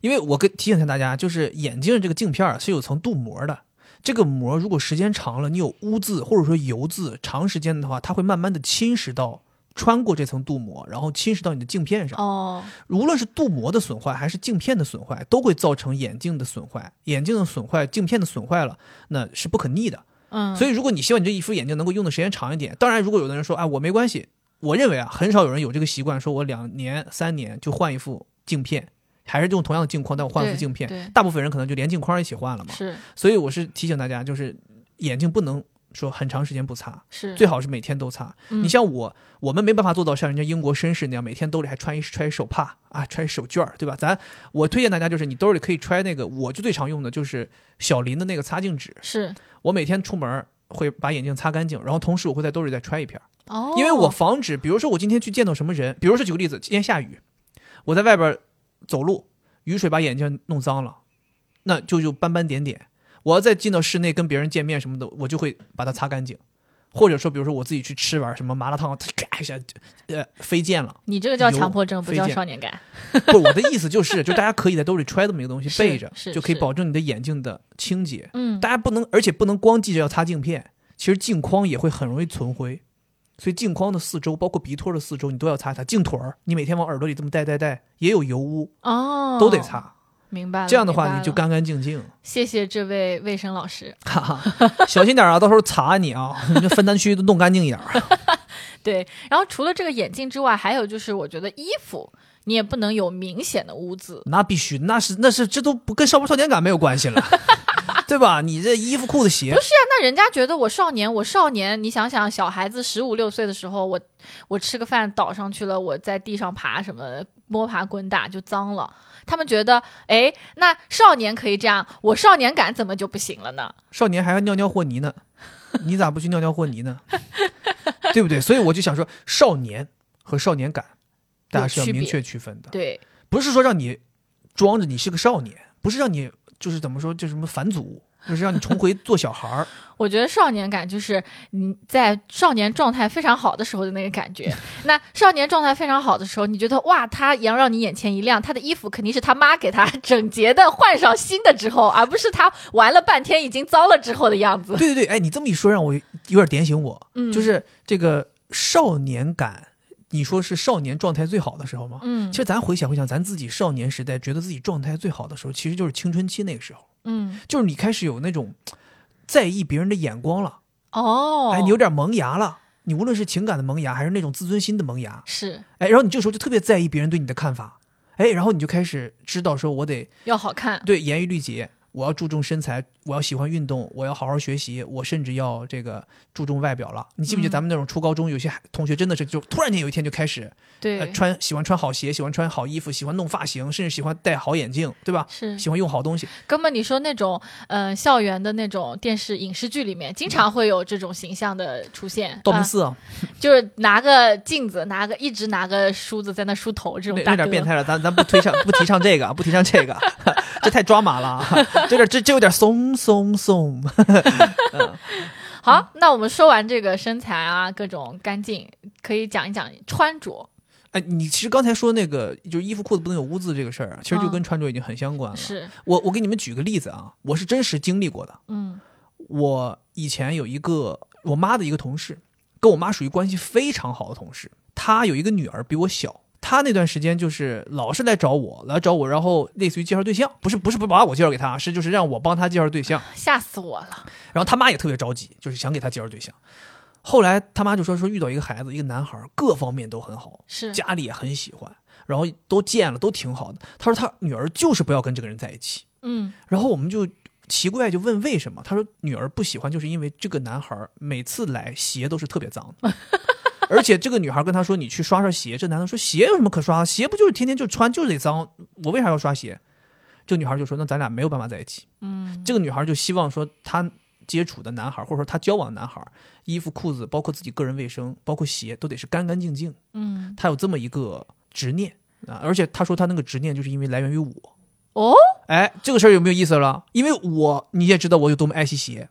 因为我跟提醒一下大家，就是眼镜这个镜片儿啊是有层镀膜的。这个膜如果时间长了，你有污渍或者说油渍，长时间的话，它会慢慢的侵蚀到，穿过这层镀膜，然后侵蚀到你的镜片上。哦，无论是镀膜的损坏还是镜片的损坏，都会造成眼镜的损坏。眼镜的损坏，镜片的损坏了，那是不可逆的。嗯，所以，如果你希望你这一副眼镜能够用的时间长一点，当然，如果有的人说啊，我没关系，我认为啊，很少有人有这个习惯，说我两年、三年就换一副镜片，还是用同样的镜框，但我换一副对镜片。对大部分人可能就连镜框一起换了嘛。是所以，我是提醒大家，就是眼镜不能说很长时间不擦，是最好是每天都擦。嗯你像我，我们没办法做到像人家英国绅士那样，每天兜里还揣一揣一手帕啊，揣一手绢儿，对吧？咱我推荐大家就是你兜里可以揣那个，我就最常用的就是小林的那个擦镜纸，是我每天出门。会把眼镜擦干净，然后同时我会在兜里再揣一片儿，哦，因为我防止，比如说我今天去见到什么人，比如说举个例子，今天下雨，我在外边走路，雨水把眼镜弄脏了，那就就斑斑点点。我要再进到室内跟别人见面什么的，我就会把它擦干净，或者说，比如说我自己去吃碗什么麻辣烫，咔一下，呃，飞溅了。你这个叫有强迫症，不飞叫溅少年感。不，我的意思就是，就大家可以在兜里揣这么一个东西是备着是，就可以是保证你的眼镜的清洁。嗯，大家不能，而且不能光记着要擦镜片，其实镜框也会很容易存灰，所以镜框的四周，包括鼻托的四周，你都要擦擦。镜腿儿，你每天往耳朵里这么戴戴戴，也有油污，哦，都得。擦。明白了。这样的明话，白你就了。干干净净，谢谢这位卫生老师。哈哈，小心点儿啊，到时候查你啊， 你这分担区都弄干净一点儿。对，然后除了这个眼镜之外，还有就是我觉得衣服你也不能有明显的污渍。那必须，那是那是，这都不跟少不少年感没有关系了， 对吧？你这衣服、裤子、鞋，那人家觉得我少年，我少年，你想想，小孩子十五六岁的时候，我我吃个饭倒上去了，我在地上爬什么摸爬滚打就脏了。他们觉得，哎，那少年可以这样，我少年感怎么就不行了呢？少年还要尿尿和泥呢，你咋不去尿尿和泥呢？对不对？所以我就想说，少年和少年感，大家是要有区别明确区分的，对，不是说让你装着你是个少年，不是让你就是怎么说，就是什么返祖，就是让你重回做小孩儿。我觉得少年感就是你在少年状态非常好的时候的那个感觉。 那少年状态非常好的时候，你觉得哇，他也让你眼前一亮，他的衣服肯定是他妈给他整洁的换上新的之后，而不是他玩了半天已经糟了之后的样子。对对对，哎，你这么一说，让我有点点醒我，嗯，就是这个少年感，你说是少年状态最好的时候吗？嗯其实咱回想回想，咱自己少年时代，觉得自己状态最好的时候，其实就是青春期那个时候。嗯就是你开始有那种在意别人的眼光了，哦，哎，你有点萌芽了。你无论是情感的萌芽，还是那种自尊心的萌芽，是哎，然后你这时候就特别在意别人对你的看法，哎，然后你就开始知道说，我得要好看，对严于律己，我要注重身材，我要喜欢运动，我要好好学习，我甚至要这个注重外表了。你记不记嗯得咱们那种初高中有些孩同学真的是就突然间有一天就开始、对，呃、穿喜欢穿好鞋，喜欢穿好衣服，喜欢弄发型，甚至喜欢戴好眼镜，对吧？是喜欢用好东西，根本你说那种，呃，校园的那种电视影视剧里面，经常会有这种形象的出现。道明啊寺啊，就是拿个镜子，拿个一直拿个梳子在那梳头，这种那大那哥点变态了，咱咱不推倡不提倡这个，不提倡这个， 这太抓马了啊， 这有点这这有点怂怂 怂。嗯好，那我们说完这个身材啊，各种干净，可以讲一讲穿着。哎，你其实刚才说那个就是衣服裤子不能有污渍这个事儿啊，其实就跟穿着已经很相关了。嗯是，我我给你们举个例子啊，我是真实经历过的。嗯我以前有一个我妈的一个同事，跟我妈属于关系非常好的同事，她有一个女儿比我小。她那段时间就是老是来找我，来找我，然后类似于介绍对象，不是不是不把我介绍给她，啊是就是让我帮她介绍对象。吓死我了。然后他妈也特别着急，就是想给她介绍对象。后来他妈就说说遇到一个孩子，一个男孩，各方面都很好，是，家里也很喜欢，然后都见了，都挺好的。他说他女儿就是不要跟这个人在一起。嗯然后我们就奇怪，就问为什么？他说女儿不喜欢，就是因为这个男孩儿每次来鞋都是特别脏的，而且这个女孩跟他说你去刷刷鞋，这男的说鞋有什么可刷？鞋不就是天天就穿就得脏，我为啥要刷鞋？这个女孩就说那咱俩没有办法在一起。嗯，这个女孩就希望说她接触的男孩儿或者说她交往的男孩儿，衣服、裤子，包括自己个人卫生，包括鞋都得是干干净净。嗯她有这么一个执念啊，而且她说她那个执念就是因为来源于我。哦，哎，这个事儿有没有意思了？因为我你也知道我有多么爱惜鞋，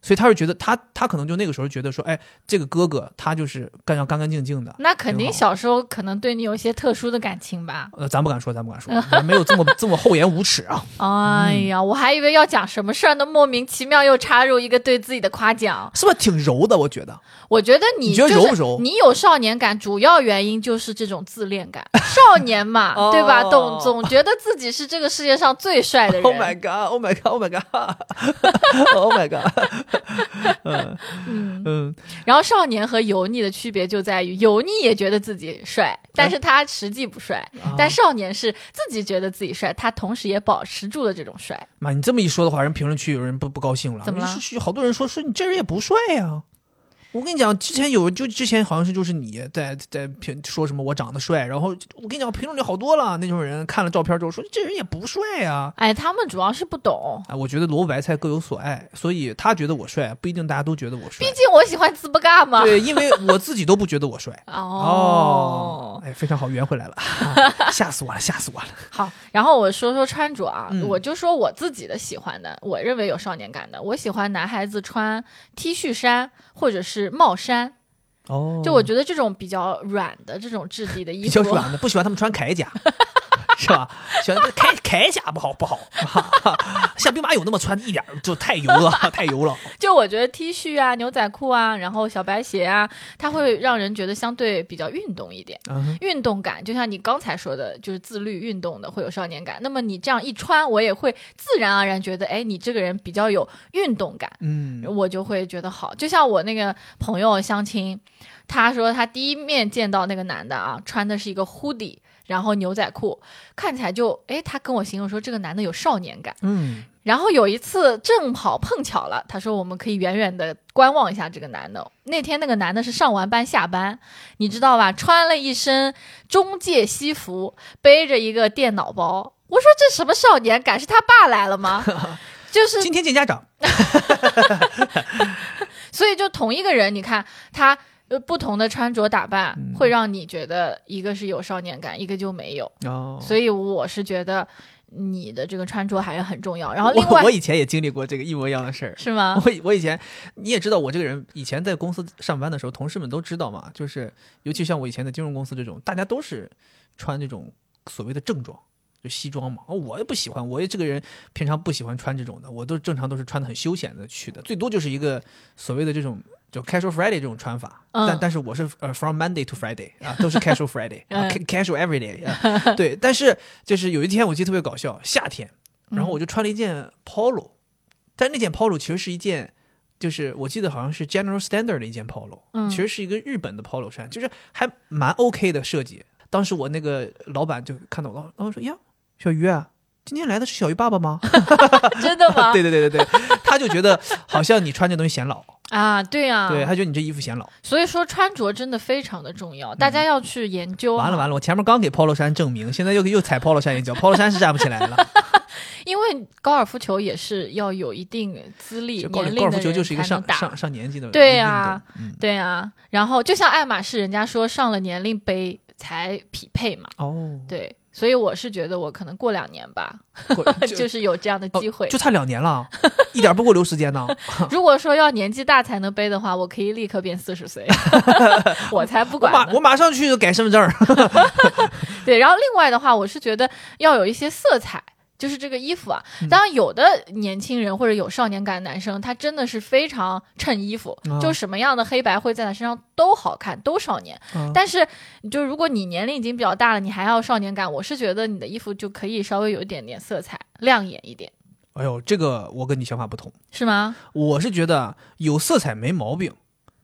所以他是觉得他他可能就那个时候觉得说，哎，这个哥哥他就是干要干干净净的。那肯挺定好小时候可能对你有一些特殊的感情吧？呃，咱不敢说，咱不敢 说，咱没有这么这么厚颜无耻啊！哎呀，我还以为要讲什么事儿呢，莫名其妙又插入一个对自己的夸奖。是不是挺柔的？我觉得我觉得你你觉得就是柔不柔你有少年感，主要原因就是这种自恋感。少年嘛，对 吧？哦总总觉得自己是这个世界上最帅的 人。，Oh my God，Oh my God，Oh my God，Oh my God，嗯，嗯，然后少年和油腻的区别就在于，油腻也觉得自己帅，但是他实际不帅；啊但少年是自己觉得自己帅，他同时也保持住了这种帅。妈，你这么一说的话，人评论区有人不不高兴了，怎么了是是好多人说说你这人也不帅呀、我跟你讲，之前有就之前好像是就是你在在评说什么我长得帅，然后我跟你讲评论里好多了那种人看了照片之后说这人也不帅呀、哎，他们主要是不懂，啊。我觉得萝卜白菜各有所爱，所以他觉得我帅，不一定大家都觉得我帅毕。竟我喜欢自不尬嘛。。对，因为我自己都不觉得我帅 哦，哎，非常好，圆回来了，啊吓死我了，吓死我了。好，然后我说说穿着啊，嗯我就说我自己的喜欢的，我认为有少年感的，我喜欢男孩子穿 T 恤衫或者是帽衫，哦，就我觉得这种比较软的这种质地的衣比服较，软的，不喜欢他们穿铠甲， 是吧？喜欢铠铠甲不好不好，像兵马俑那么穿一点儿就太油了， 太油了。 就我觉得 T 恤啊、牛仔裤啊，然后小白鞋啊，它会让人觉得相对比较运动一点。嗯，运动感，就像你刚才说的，就是自律运动的会有少年感。那么你这样一穿，我也会自然而然觉得，哎，你这个人比较有运动感。嗯我就会觉得好。就像我那个朋友相亲，他说他第一面见到那个男的啊，穿的是一个 hoodie，然后牛仔裤，看起来就诶，他跟我形容说这个男的有少年感。嗯，然后有一次正好碰巧了，他说我们可以远远的观望一下这个男的。那天那个男的是上完班下班，你知道吧？穿了一身中介西服，背着一个电脑包。我说这什么少年感？是他爸来了吗？就是今天见家长，所以就同一个人，你看他呃不同的穿着打扮，嗯会让你觉得一个是有少年感，一个就没有。哦所以我是觉得你的这个穿着还是很重要。然后另我外我以前也经历过这个一模一样的事儿。是 吗？我以我以前你也知道，我这个人以前在公司上班的时候，同事们都知道嘛，就是尤其像我以前在金融公司这种，大家都是穿这种所谓的正装，就西装嘛。哦我也不喜欢，我也这个人平常不喜欢穿这种的，我都正常都是穿的很休闲的去的，最多就是一个所谓的这种。就 casual Friday 这种穿法，嗯但但是我是呃 from Monday to Friday 啊，都是 casual Friday 啊嗯，ca-，casual every day 啊，对。但是就是有一天我记得特别搞笑，夏天，嗯然后我就穿了一件 polo，、但那件 polo 其实是一件，就是我记得好像是 General Standard 的一件 polo，、嗯其实是一个日本的 polo 衫，就是还蛮 OK 的设计。当时我那个老板就看到我，老板说：“呀，小鱼啊，今天来的是小鱼爸爸吗？” 真的吗对？对对对对，他就觉得好像你穿这东西显老， 啊，对呀、对他觉得你这衣服显老。所以说穿着真的非常的重要，大家要去研究。嗯啊完了完了，我前面刚给 polo 衫证明，现在又又踩 polo 衫一脚，polo 衫是站不起来了。 因为高尔夫球也是要有一定资历、就高年尔龄高尔的夫球人就是一个才能上打。上上年纪的对呀呀、嗯对啊，然后就像爱马仕，人家说上了年龄杯才匹配嘛。 哦，对，所以我是觉得我可能过两年吧，过 就就是哦有这样的机会。就差两年了，啊一点不过流时间 呢。如果说要年纪大才能背的话，我可以立刻变四 十岁，我才不我管马呢我。马上去改身份证儿。对，然后另外的话，我是觉得要有一些色彩。就是这个衣服啊，嗯当然有的年轻人或者有少年感的男生，他真的是非常衬衣服，啊就什么样的黑白灰在他身上都好看，都少年。嗯但是，就如果你年龄已经比较大了，你还要少年感，我是觉得你的衣服就可以稍微有一点点色彩，亮眼一点， 哎呦，这个我跟你想法不同，是吗？我是觉得有色彩没毛病，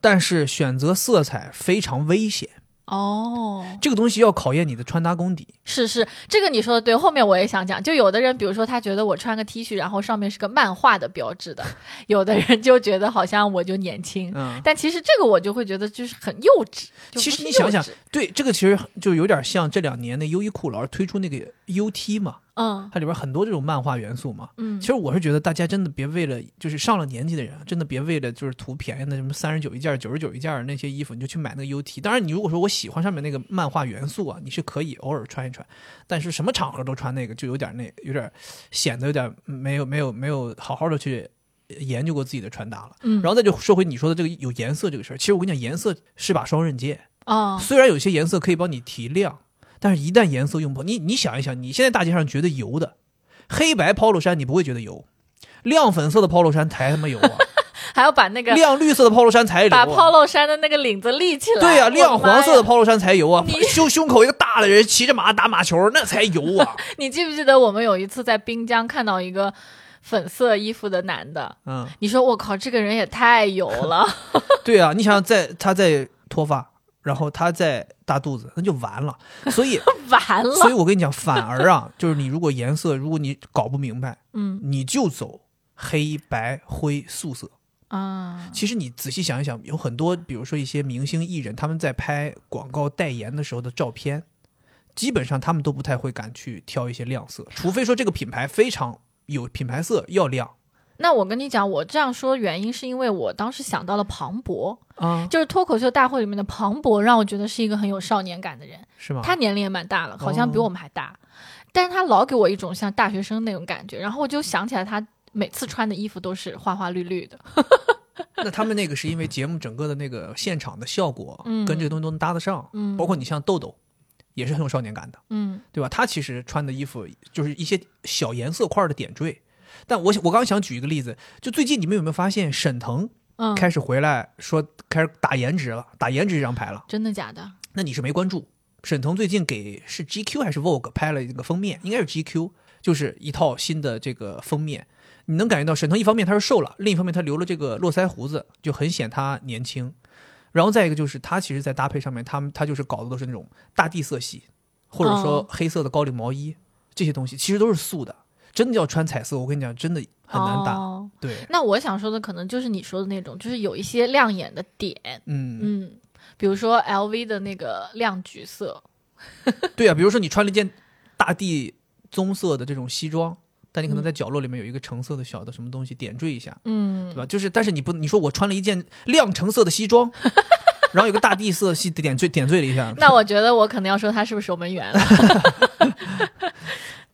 但是选择色彩非常危险，哦，这个东西要考验你的穿搭功底。是是，这个你说的对。后面我也想讲，就有的人，比如说他觉得我穿个 T 恤，然后上面是个漫画的标志的，有的人就觉得好像我就年轻，嗯，但其实这个我就会觉得就是很幼稚。就其实不是你想幼想稚，对，这个其实就有点像这两年那优衣库老是推出那个 UT 嘛，嗯它里边很多这种漫画元素嘛。嗯其，实我是觉得大家真的别为了，就是上了年纪的人，啊真的别为了就是图便宜的什么三十九一件、九十九一件那些衣服，你就去买那个 UT。当然，你如果说我喜欢上面那个漫画元素啊，你是可以偶尔穿一穿，但是什么场合都穿那个，就有点那有点显得有点没有没有没有好好的去研究过自己的穿搭了。嗯然后再就说回你说的这个有颜色这个事儿，其实我跟你讲，颜色是把双刃剑，哦，虽然有些颜色可以帮你提亮，但是一旦颜色用不好，你你想一想，你现在大街上觉得油的，黑白 polo 衫你不会觉得油，亮粉色的 polo 衫才他妈油 啊，还要把那个亮绿色的 polo 衫才油、把啊。 polo 衫的那个领子立起来。对呀、啊我亮的妈黄色的呀 polo 衫才油啊你！ 胸胸口一个大的人骑着马打马球，那才油 啊！你记不记得我们有一次在滨江看到一个粉色衣服的男的？嗯，你说我靠，这个人也太油了。 对啊，你想想在他在脱发，然后他在大肚子，那就完了。所以，完所以了，我跟你讲，反而啊，就是你如果颜色，如果你搞不明白，嗯你就走黑白灰素色。啊，其实你仔细想一想，有很多，比如说一些明星艺人，他们在拍广告代言的时候的照片，基本上他们都不太会敢去挑一些亮 色，除非说这个品牌非常有品牌色要亮那我跟你讲，我这样说原因是因为我当时想到了庞博，啊，就是脱口秀大会里面的庞博，让我觉得是一个很有少年感的人。是吗？他年龄也蛮大了，好像比啊哦我们还大，但是他老给我一种像大学生那种感觉。然后我就想起来，他每次穿的衣服都是花花绿绿的。那他们那个是因为节目整个的那个现场的效果，嗯跟这个东西都能搭得上，嗯包括你像豆豆，也是很有少年感的。嗯对吧？他其实穿的衣服就是一些小颜色块儿的点缀。但我我刚想举一个例子，就最近你们有没有发现沈腾嗯，开始回来说开始打颜值了，打颜值这张牌了？真的假的？那你是没关注？沈腾最近给是 GQ 还是 Vogue 拍了一个封面，应该是 GQ，就是一套新的这个封面。你能感觉到沈腾一方面他是瘦了，另一方面他留了这个络腮胡子，就很显他年轻。然后再一个就是他其实，在搭配上面，他们他就是搞的都是那种大地色系，或者说哦黑色的高领毛衣、这些东西，其实都是素的。真的要穿彩色，我跟你讲，真的很难搭。哦对，那我想说的可能就是你说的那种，就是有一些亮眼的点，嗯，嗯，比如说 LV 的那个亮橘色，对啊，比如说你穿了一件大地棕色的这种西装，但你可能在角落里面有一个橙色的小的什么东西点缀一下，嗯对，吧？就是，但是你不，你说我穿了一件亮橙色的西 装，然后有个大地色系点缀点缀了一下，那我觉得我可能要说他是不是守门员了？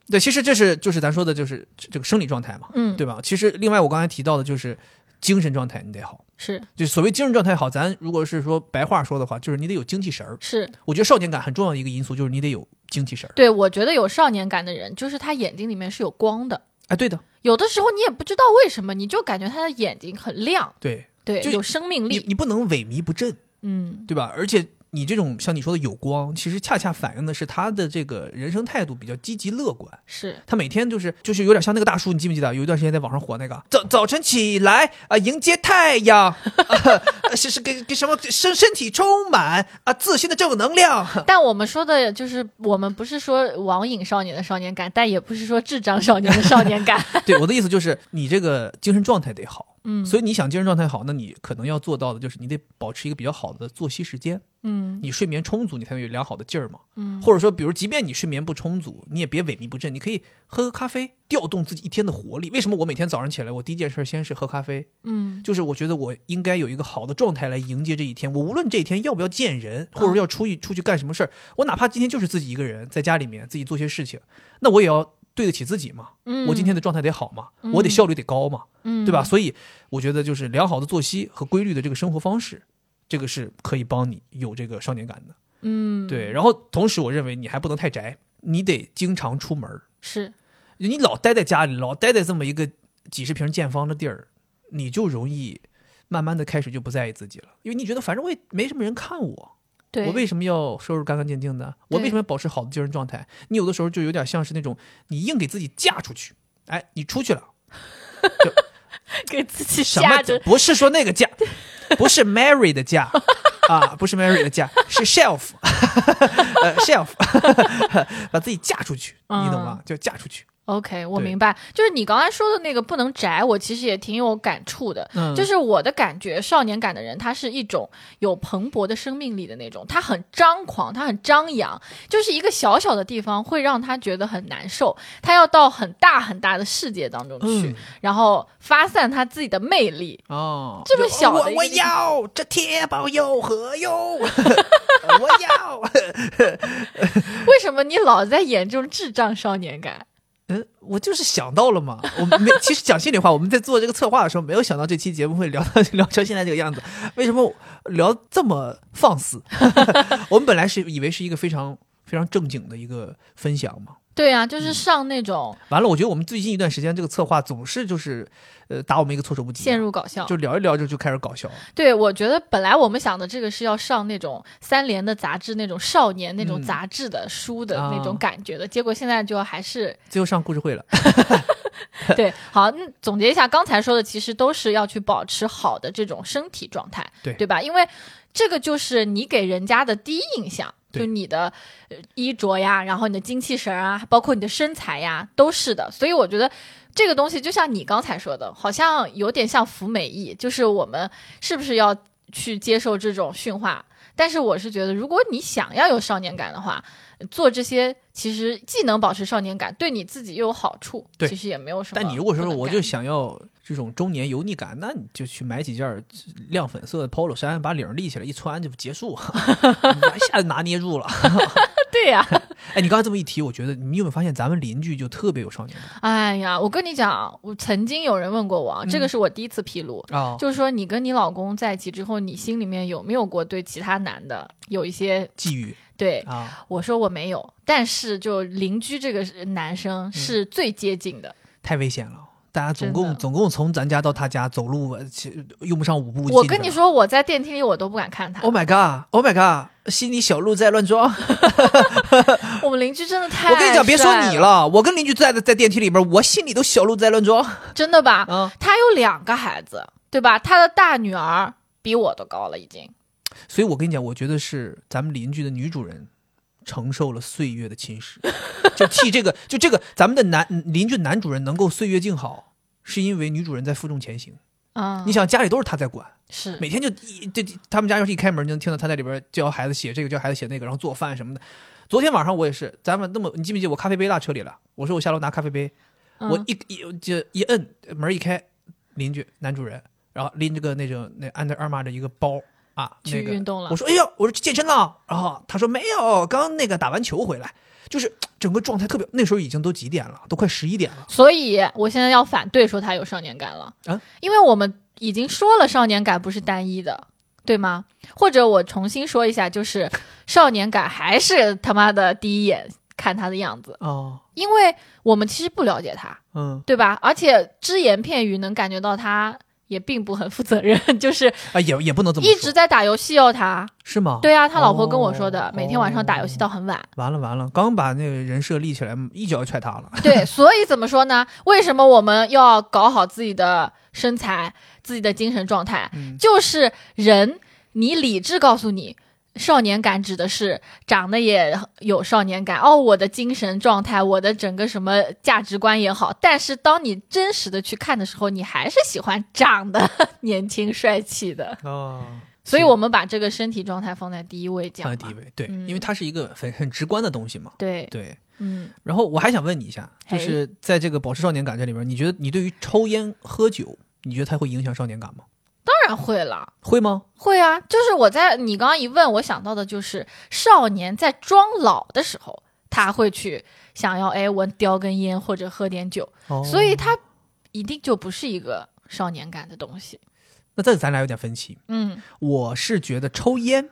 对，其实这是就是咱说的就是这这个生理状态嘛，嗯，对吧？其实另外我刚才提到的就是精神状态你得好，是就所谓精神状态好，咱如果是说白话说的话，就是你得有精气神儿。是，我觉得少年感很重要的一个因素就是你得有精气神儿。对我觉得有少年感的人，就是他眼睛里面是有光的，哎，对的，有的时候你也不知道为什么，你就感觉他的眼睛很亮，对对，就有生命你力，你不能萎靡不振。嗯对吧？而且你这种像你说的有光，其实恰恰反映的是他的这个人生态度比较积极乐观。是。他每天就是就是有点像那个大叔，你记不记得？有一段时间在网上火那个早早晨起来啊、迎接太阳，啊、 是是给给什么身身体充满啊自信的正能量。 但我们说的就是，我们不是说网瘾少年的少年 感，但也不是说智障少年的少年感。对我的意思就是，你这个精神状态得好，嗯，所以以你想精神状态好，那你可能要做到的就是你得保持一个比较好的作息时间，嗯你睡眠充足，你才能有良好的劲儿嘛。嗯或者说，比如即便你睡眠不充足，你也别萎靡不振，你可以喝个咖啡，调动自己一天的活力。为什么我每天早上起来，我第一件事先是喝咖啡？嗯就是我觉得我应该有一个好的状态来迎接这一天。我无论这一天要不要见人，或者嗯要出去出去干什么事儿，我哪怕今天就是自己一个人在家里面自己做些事情，那我也要对得起自己嘛。嗯，我今天的状态得好嘛，嗯我得效率得高嘛。嗯对吧？？所以我觉得就是良好的作息和规律的这个生活方式，这个是可以帮你有这个少年感的。嗯，对，然后同时我认为你还不能太宅，你得经常出门儿。是你老待在家里，老待在这么一个几十平见方的地儿，你就容易慢慢的开始就不在意自己了，因为你觉得反正我也没什么人看我，对，我为什么要收拾干干净净的？我为对什么要保持好的精神状态？你有的时候就有点像是那种你硬给自己嫁出去，哎，你出去了。给自己什么吓嫁着，不是说那个 嫁，不是 Mary 的嫁啊，不是 Mary 的嫁，是 shelf，呃 shelf，把自己嫁出去，嗯你懂吗？就嫁出去， OK，我对明白，就是你刚才说的那个不能宅，我其实也挺有感触的。嗯就是我的感觉，少年感的人，他是一种有蓬勃的生命力的那种，他很张狂，他很张扬，就是一个小小的地方会让他觉得很难受，他要到很大很大的世界当中去，嗯然后发散他自己的魅力。哦，这么小的我一个我地方要这铁包有何用？ 我要， 为什么你老在演这种智障少年感？嗯，我就是想到了嘛，我没，其实讲心里话，我们在做这个策划的时候，没有想到这期节目会聊到聊成现在这个样子，为什么聊这么放肆？ 我们本来是以为是一个非常非常正经的一个分享嘛。对啊，嗯就是上那种完了，我觉得我们最近一段时间这个策划总是就是，呃，打我们一个措手不及，陷入搞笑。就聊一聊就就开始搞笑，对，我觉得本来我们想的这个是要上那种三联的杂志，那种少年那种嗯杂志的书的啊那种感觉的，结果现在就还是最后上故事 会了。对。好，那总结一下刚才说的，其实都是要去保持好的这种身体状态，对对吧？因为这个就是你给人家的第一印象，对就你的呃衣着呀，然后你的精气神啊，包括你的身材呀，都是的。所以我觉得。这个东西就像你刚才说的，好像有点像服美役，就是我们是不是要去接受这种驯化？但是我是觉得，如果你想要有少年感的话，做这些其实既能保持少年感，对你自己又有好处，对其实也没有什么不能干。但你如果说我 就想要这种中年油腻感，那你就去买几件儿亮粉色的 polo 衫，把领儿立起来一穿就结 束，一下子拿捏住了。对呀、哎，你刚才这么一提，我觉得你有没有发现咱们邻居就特别有少年 感哎呀，我跟你讲，我曾经有人问过我啊，这个嗯是我第一次披露，啊？就是说你跟你老公在一起之后，你心里面有没有过对其他男的有一些觊觎对？啊，我说我没有，但是就邻居这个是男嗯生是最接近的，太危险了。大家总真共的总共从咱家到他家走路，呃其用不上五步。我跟你说，我在电梯里我都不敢看他。 ，Oh my god，Oh my god，心里小鹿在乱撞。我们邻居真的太……我跟你讲，别说你，了，我跟邻居在在电梯里边，我心里都小鹿在乱撞真的吧？啊。他有两个孩子，对吧？他的大女儿比我都高了，已经。所以我跟你讲，我觉得是咱们邻居的女主人承受了岁月的侵蚀，就替这个就这个咱们的男邻居男主人能够岁月静好，是因为女主人在负重前行。嗯，你想家里都是他在管，是每天就一就就他们家要是一开门，就能听到他在里边教孩子写这个，教孩子写那个，然后做饭什么的。昨天晚上我也是，咱们那么你记不记得我咖啡杯落车里了？我说我下楼拿咖啡杯，我嗯一一就一摁门一开，邻居男主人，然后拎着个那种那安德尔玛的一个包啊，去那个运动了我说哎呦，我说去健身了，然后他说没有，刚那个打完球回来，就是整个状态特别。那时候已经都几点了？都快十一点了。所以我现在要反对说他有少年感了，啊因为我们已经说了少年感不是单一的，对吗？或者我重新说一下，就是少年感还是他妈的第一眼看他的样子，哦，因为我们其实不了解他，嗯对吧？而且只言片语能感觉到他也并不很负责任，就是啊，也也不能这么说，一直在打游戏哦，他。是吗？对啊，他老婆跟我说的，哦每天晚上打游戏到很晚。完了完了，刚把那个人设立起来，一脚就踹塌 了。对，所以怎么说呢？为什么我们要搞好自己的身材、自己的精神状态？嗯就是人，你理智告诉你，少年感指的是长得也有少年感哦，我的精神状态，我的整个什么价值观也好。但是当你真实的去看的时候，你还是喜欢长得 年轻帅气的。哦，所以我们把这个身体状态放在第一位讲放嘛。在第一位，对，嗯因为它是一个很很直观的东西嘛。对，对，嗯，然后我还想问你一下，就嘿是在这个保持少年感这里边，你觉得你对于抽烟喝酒，你觉得它会影响少年感吗？当然会了。会吗？会啊，就是我在你刚刚一问，我想到的就是少年在装老的时候，他会去想要哎，我叼根烟或者喝点酒，哦所以他一定就不是一个少年感的东西。那这咱俩有点分歧。嗯，我是觉得抽烟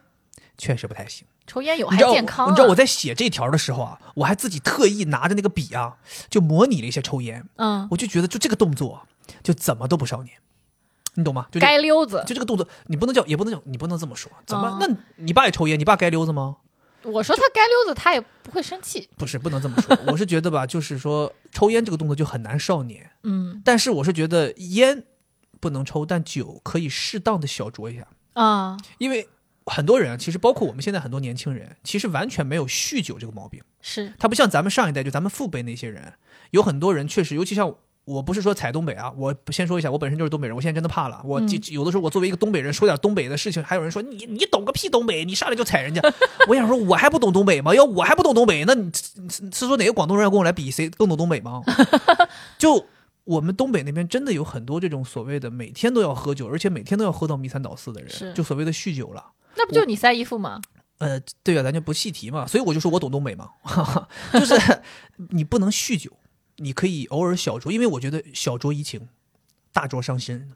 确实不太行，抽烟有你害知道我健康、啊你知道我在写这条的时候啊，我还自己特意拿着那个笔啊，就模拟了一下抽烟，嗯，我就觉得就这个动作就怎么都不少年，你懂吗？就这街溜子，就这个动作，你不能叫，也不能叫，你不能这么说。怎么？哦那你爸也抽烟，你爸该溜子吗？我说他街溜子，他也不会生气。不是，不能这么说。我是觉得吧， 就是说抽烟这个动作就很难少年，嗯但是我是觉得烟不能抽，但酒可以适当的小酌一下，啊，因为很多人啊，其实包括我们现在很多年轻人，其实完全没有酗酒这个毛病。是他不像咱们上一代，就咱们父辈那些人，有很多人确实，尤其像我不是说踩东北啊，我先说一下，我本身就是东北人，我现在真的怕了。我嗯就有的时候，我作为一个东北人，说点东北的事情，还有人说你你懂个屁东北，你上来就踩人家。我想说，我还不懂东北吗？要我还不懂东北，那你是是说哪个广东人要跟我来比谁更懂东北 吗？就。我们东北那边真的有很多这种所谓的每天都要喝酒，而且每天都要喝到迷三倒四的是人，就所谓的酗酒了。那不就你三姨夫吗？呃，对啊，咱就不细提嘛，所以我就说我懂东北嘛， 就是 你不能酗酒，你可以偶尔小酌，因为我觉得小酌怡情，大酌伤身，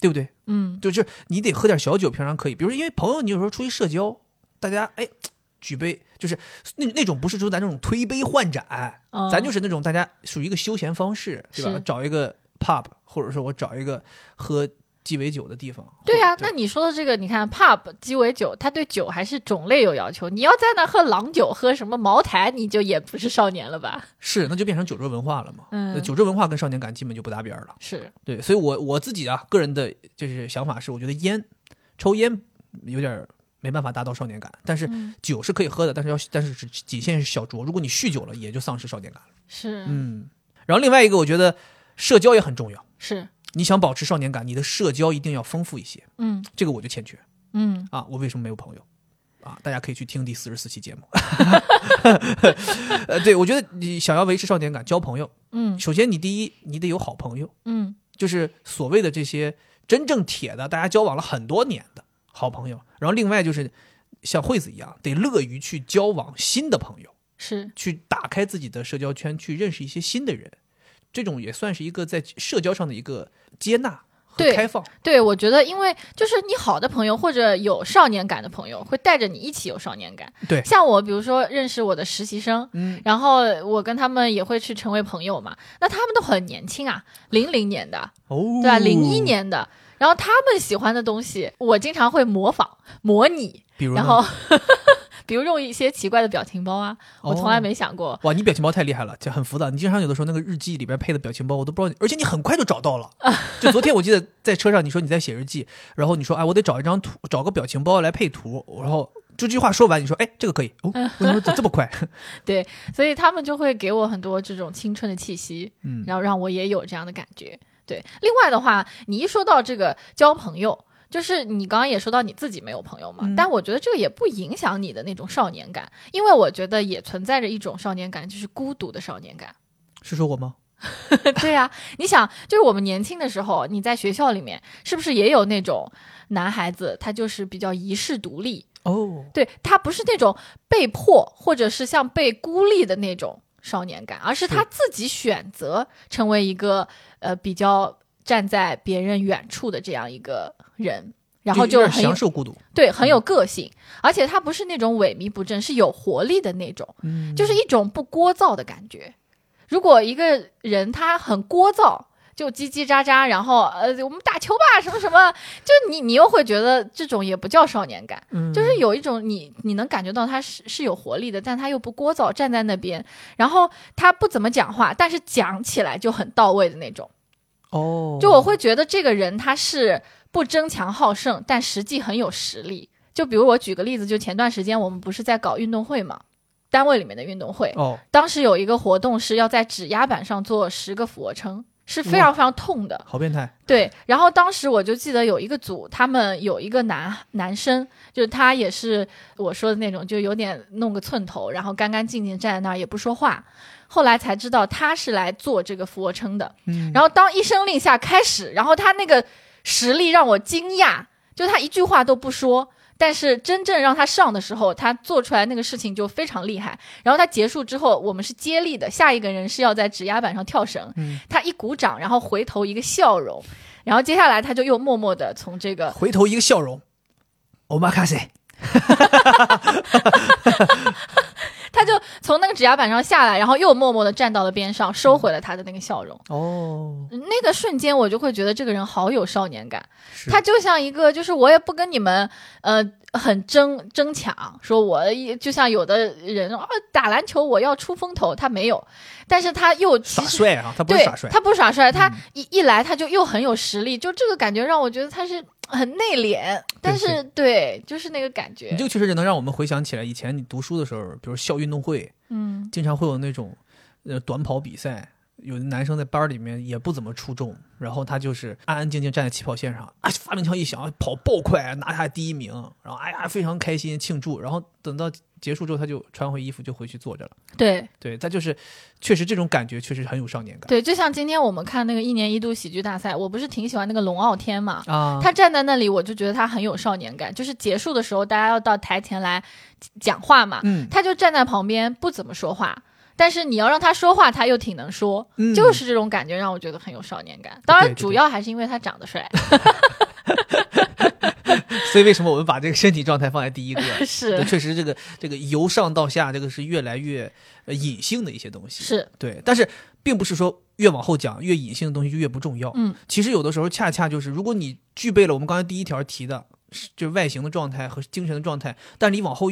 对不对？嗯就是你得喝点小酒，平常可以，比如说因为朋友，你有时候出去社交，大家哎举杯，就是那那种不是说咱这种推杯换盏，哦咱就是那种大家属于一个休闲方式，对吧是？找一个 pub，或者说我找一个喝鸡尾酒的地方，对啊呀、或者那你说的这个，你看 pub 鸡尾酒，它对酒还是种类有要求。你要在那喝郎酒，喝什么茅台，你就也不是少年了吧？是那就变成酒桌文化了嘛。嗯那酒桌文化跟少年感基本就不搭边儿了。是，对，所以我我自己啊，个人的就是想法是，我觉得烟，抽烟有点儿没办法达到少年感，但是嗯酒是可以喝的，但是要但是只仅限是小酌，如果你酗酒了，也就丧失少年感了。是，嗯，然后另外一个，我觉得社交也很重要。是，你想保持少年感，你的社交一定要丰富一些，嗯这个我就欠缺嗯，啊。我为什么没有朋友啊？大家可以去听第四十四期节目。 呃，对，我觉得你想要维持少年感，交朋友，嗯首先你第一，你得有好朋友，嗯就是所谓的这些真正铁的，大家交往了很多年的好朋友。然后另外就是像惠子一样，得乐于去交往新的朋友，是，去打开自己的社交圈，去认识一些新的人。这种也算是一个在社交上的一个接纳和对开放。对，我觉得因为就是你好的朋友或者有少年感的朋友，会带着你一起有少年感。对像我，比如说认识我的实习生。嗯，然后我跟他们也会去成为朋友嘛，那他们都很年轻啊，零零年的，哦，对吧？啊零一，年的，然后他们喜欢的东西，我经常会模仿、模拟，比如呢然后 比如用一些奇怪的表情包啊，我从来哦没想过。哇，你表情包太厉害了，就很浮躁。你经常有的时候那个日记里边配的表情包，我都不知道你，而且你很快就找到 了。就昨天我记得在车上你说你在写日记，然后你说哎，我得找一张图，找个表情包来配图，然后就这句话说完，你说哎，这个可以哦，嗯我说这么快？ 所以他们就会给我很多这种青春的气息，嗯，然后让我也有这样的感觉。对，另外的话，你一说到这个交朋友。就是你刚刚也说到你自己没有朋友嘛，嗯但我觉得这个也不影响你的那种少年感，因为我觉得也存在着一种少年感，就是孤独的少年感。是说我吗？ 对呀、你想，就是我们年轻的时候，你在学校里面是不是也有那种男孩子，他就是比较一世独立，哦，对他不是那种被迫或者是像被孤立的那种少年感，而是他是自己选择成为一个呃比较站在别人远处的这样一个人，然后有就点嗯很有享受孤独，对很有个性，而且他不是那种萎靡不振，是有活力的那种。嗯就是一种不聒噪的感觉。如果一个人他很聒噪，就叽叽喳喳，然后呃，我们打球吧，什么什么，就你你又会觉得这种也不叫少年感，嗯就是有一种你你能感觉到他是是有活力的，但他又不聒噪，站在那边，然后他不怎么讲话，但是讲起来就很到位的那种。哦，就我会觉得这个人他是不争强好胜，但实际很有实力。就比如我举个例子，就前段时间我们不是在搞运动会嘛，单位里面的运动会，哦，当时有一个活动是要在指压板上做十个俯卧撑，是非常非常痛的。好变态，对，然后当时我就记得有一个组，他们有一个男男生，就是他也是我说的那种，就有点弄个寸头，然后干干净净站在那儿也不说话。后来才知道他是来做这个俯卧撑的。嗯，然后当一声令下开始，然后他那个实力让我惊讶，就他一句话都不说。但是真正让他上的时候，他做出来那个事情就非常厉害。然后他结束之后，我们是接力的，下一个人是要在指压板上跳绳。嗯他一鼓掌，然后回头一个笑容，然后接下来他就又默默的从这个回头一个笑容，欧玛卡塞，他就从那个指压板上下来，然后又默默的站到了边上，收回了他的那个笑容。哦，那个瞬间，我就会觉得这个人好有少年感。是他就像一个，就是我也不跟你们呃很争争抢，说我一就像有的人啊打篮球我要出风头，他没有，但是他又其耍实帅啊，他不是对耍帅，嗯他不是耍帅，他一、一来他就又很有实力，就这个感觉让我觉得他是很内敛，但是对，就是那个感觉你，这个确实也能让我们回想起来以前你读书的时候，比如校运动会，嗯，经常会有那种呃短跑比赛，有的男生在班里面也不怎么出众，然后他就是安安静静站在起跑线上，啊，发令枪一响，跑爆快，拿下第一名，然后哎呀非常开心庆祝，然后等到结束之后他就穿回衣服就回去坐着了。对对他就是确实这种感觉确实很有少年感对，就像今天我们看那个一年一度喜剧大赛，我不是挺喜欢那个龙傲天嘛，啊。他站在那里，我就觉得他很有少年感。就是结束的时候，大家要到台前来讲话嘛，嗯他就站在旁边不怎么说话，但是你要让他说话，他又挺能说，嗯，就是这种感觉让我觉得很有少年感。当对对然，对主要还是因为他长 得帅，嗯所以为什么我们把这个身体状态放在第一个？是确实，这个这个由上到下，这个是越来越呃隐性的一些东西。是，对，但是并不是说越往后讲越隐性的东西就越不重要。嗯，其实有的时候恰恰就是，如果你具备了我们刚才第一条提的，是就外形的状态和精神的状态，但你往后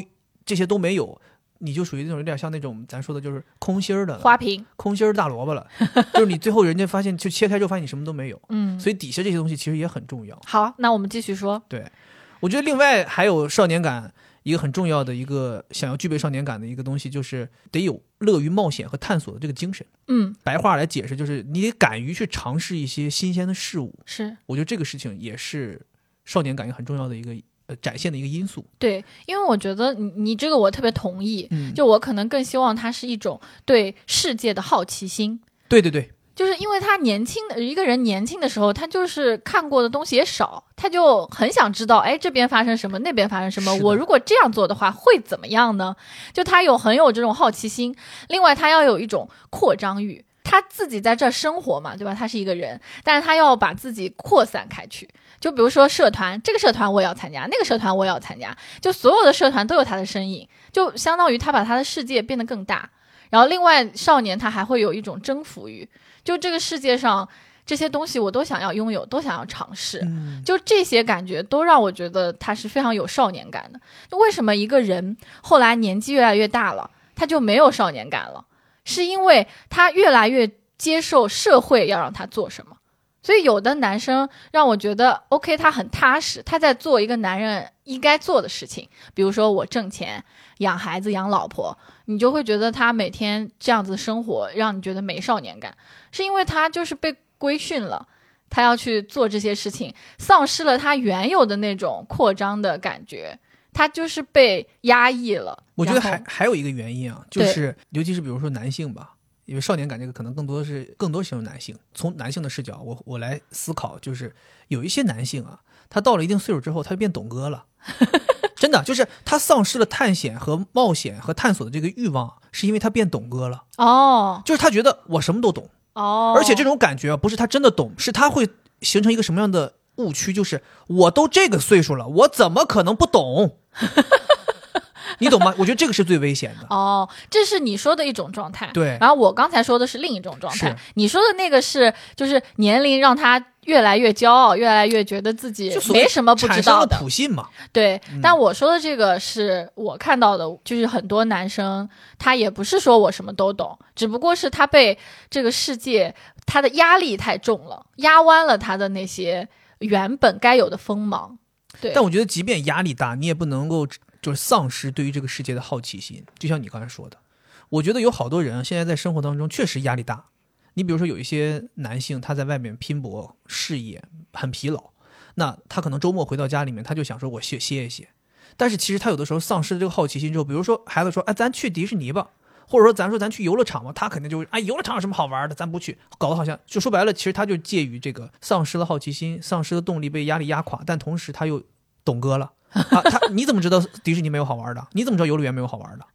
这些都没有，你就属于那种有点像那种咱说的就是空心儿的了花瓶，空心儿大萝卜了， 就是你最后人家发现就切开之后发现你什么都没有，嗯，所以底下这些东西其实也很重要。好，那我们继续说，我觉得另外还有少年感。一个很重要的一个想要具备少年感的一个东西，就是得有乐于冒险和探索的这个精神。嗯，白话来解释，就是你得敢于去尝试一些新鲜的事物。是我觉得这个事情也是少年感很重要的一个呃展现的一个因素。对，因为我觉得你你这个我特别同意，嗯，就我可能更希望他是一种对世界的好奇心，对对对，就是因为他年轻的一个人年轻的时候，他就是看过的东西也少，他就很想知道，哎，这边发生什么，那边发生什么是，的我如果这样做的话会怎么样呢？就他有很有这种好奇心，另外他要有一种扩张欲。他自己在这儿生活嘛，对吧？他是一个人，但是他要把自己扩散开去。就比如说社团，这个社团我也要参加，那个社团我也要参加，就所有的社团都有他的身影，就相当于他把他的世界变得更大。然后，另外少年他还会有一种征服欲，就这个世界上这些东西我都想要拥有，都想要尝试。嗯，就这些感觉都让我觉得他是非常有少年感的。就为什么一个人后来年纪越来越大了，他就没有少年感了？是因为他越来越接受社会要让他做什么。所以有的男生让我觉得 OK，他很踏实，他在做一个男人应该做的事情，比如说我挣钱、养孩子、养老婆，你就会觉得他每天这样子生活让你觉得没少年感，是因为他就是被规训了，他要去做这些事情，丧失了他原有的那种扩张的感觉，他就是被压抑了。我觉得然后还还有一个原因啊，就对是尤其是比如说男性吧，因为少年感这个可能更多的是更多形容男性。从男性的视角，我我来思考，就是有一些男性啊，他到了一定岁数之后，他就变董哥 了。真的，就是他丧失了探险和冒险和探索的这个欲望，是因为他变懂哥了。哦就是他觉得我什么都懂，哦，而且这种感觉啊，不是他真的懂，是他会形成一个什么样的误区？就是我都这个岁数了，我怎么可能不 懂？你懂吗？我觉得这个是最危险的。哦，这是你说的一种状态。对然后我刚才说的是另一种状态是，你说的那个是就是年龄让他越来越骄傲，越来越觉得自己就所谓没什么不知产生道了嗯的。普信嘛，对，但我说的这个是我看到的，就是很多男生他也不是说我什么都懂，只不过是他被这个世界他的压力太重了，压弯了他的那些原本该有的锋芒。对但我觉得，即便压力大，你也不能够就是丧失对于这个世界的好奇心。就像你刚才说的，我觉得有好多人啊现在在生活当中确实压力大。你比如说，有一些男性他在外面拼搏事业很疲劳，那他可能周末回到家里面，他就想说我歇歇一歇。但是其实他有的时候丧失了这个好奇心之后，比如说孩子说：“哎，咱去迪士尼吧。”或者说咱说咱去游乐场吧，他肯定就会哎游乐场有什么好玩的，咱不去，搞得好像就说白了，其实他就介于这个丧失了好奇心，丧失了动力，被压力压垮，但同时他又懂哥了。啊，他你怎么知道迪士尼没有好玩的？你怎么知道游乐园没有好玩的？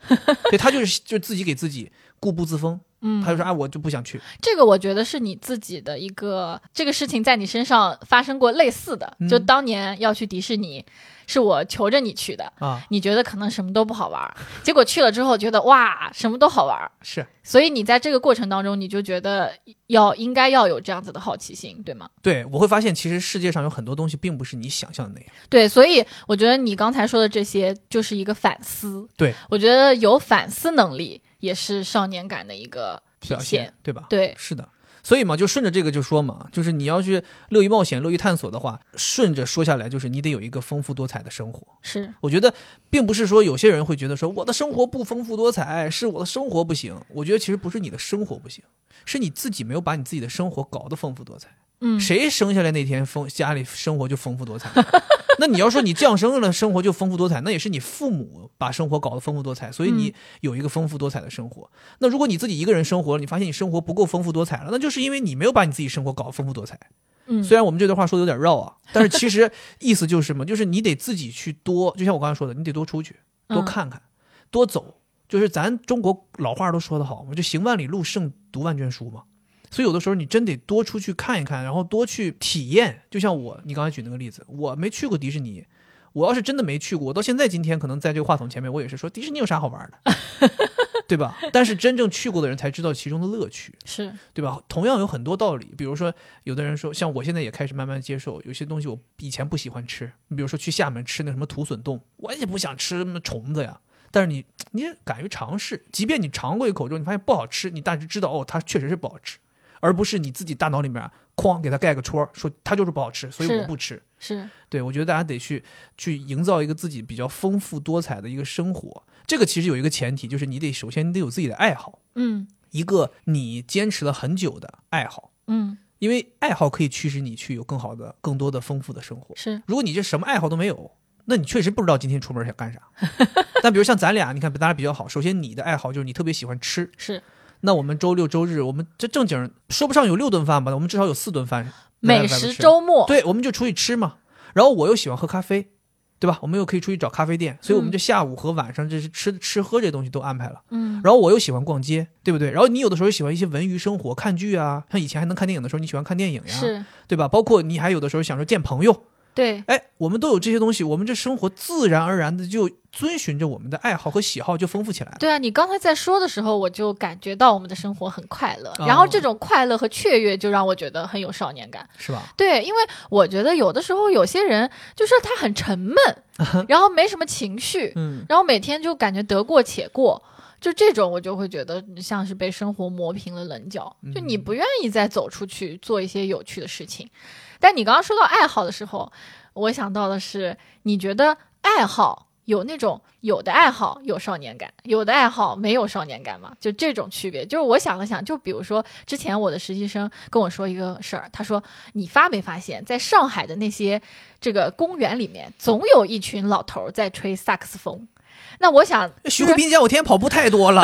对他就是就自己给自己固步自封，嗯他就说啊，我就不想去。这个我觉得是你自己的一个这个事情在你身上发生过类似的，嗯就当年要去迪士尼，是我求着你去的，啊，你觉得可能什么都不好玩儿，结果去了之后觉得哇什么都好玩儿，是所以你在这个过程当中你就觉得要应该要有这样子的好奇心，对吗？对，我会发现其实世界上有很多东西并不是你想象的那样。对，所以我觉得你刚才说的这些就是一个反思，对我觉得有反思能力也是少年感的一个体表现对吧？对，是的。所以嘛，就顺着这个就说嘛，就是你要去乐于冒险、乐于探索的话，顺着说下来，就是你得有一个丰富多彩的生活。是我觉得，并不是说有些人会觉得说我的生活不丰富多彩，是我的生活不行。我觉得其实不是你的生活不行，是你自己没有把你自己的生活搞得丰富多彩。嗯谁生下来那天丰家里生活就丰富多彩？ 那你要说你降生了生活就丰富多彩，那也是你父母把生活搞得丰富多彩，所以你有一个丰富多彩的生活。那如果你自己一个人生活，你发现你生活不够丰富多彩了，那就是因为你没有把你自己生活搞得丰富多彩。嗯虽然我们这段话说的有点绕啊，但是其实意思就是什么？就是你得自己去多，就像我刚才说的，你得多出去，多嗯看看，多走。就是咱中国老话都说得好嘛，就行万里路胜读万卷书嘛。所以有的时候你真得多出去看一看，然后多去体验。就像我，你刚才举那个例子，我没去过迪士尼，我要是真的没去过，我到现在今天可能在这个话筒前面，我也是说迪士尼有啥好玩的， 对吧？但是真正去过的人才知道其中的乐趣。是对吧？同样有很多道理，比如说，有的人说，像我现在也开始慢慢接受，有些东西我以前不喜欢吃，你比如说去厦门吃那什么土笋冻，我也不想吃什么虫子呀。但是你，你也敢于尝试，即便你尝过一口之后，你发现不好吃，你大致知道哦，它确实是不好吃，而不是你自己大脑里面啊哐给它盖个戳儿，说它就是不好吃，所以是我不吃。是，对，我觉得大家得去去营造一个自己比较丰富多彩的一个生活。这个其实有一个前提，就是你得首先你得有自己的爱好，嗯一个你坚持了很久的爱好，嗯因为爱好可以驱使你去有更好的、更多的丰富的生活。是，如果你这什么爱好都没有，那你确实不知道今天出门想干啥。但比如像咱俩，你看咱俩比较好，首先你的爱好就是你特别喜欢吃，是那我们周六周日我们这正经说不上有六顿饭吧，我们至少有四顿饭在美外边食吃周末，对，我们就出去吃嘛。然后我又喜欢喝咖啡，对吧？我们又可以出去找咖啡店，所以我们这下午和晚上这是吃吃喝这东西都安排了。嗯然后我又喜欢逛街，对不对？然后你有的时候喜欢一些文娱生活，看剧啊，像以前还能看电影的时候，你喜欢看电影呀，是，对吧？包括你还有的时候想说见朋友，对哎，我们都有这些东西，我们这生活自然而然的就遵循着我们的爱好和喜好就丰富起来了。对啊，你刚才在说的时候，我就感觉到我们的生活很快乐，哦然后这种快乐和雀跃就让我觉得很有少年感。是吧？对，因为我觉得有的时候有些人就是他很 沉闷，然后没什么情绪，嗯，然后每天就感觉得过且过。就这种，我就会觉得像是被生活磨平了棱角，就你不愿意再走出去做一些有趣的事情。但你刚刚说到爱好的时候，我想到的是，你觉得爱好有那种有的爱好有少年感，有的爱好没有少年感吗？就这种区别。就是我想了想，就比如说之前我的实习生跟我说一个事儿，他说你发没发现，在上海的那些这个公园里面，总有一群老头儿在吹萨克斯风。那我想，徐慧斌家我天天跑步太多了，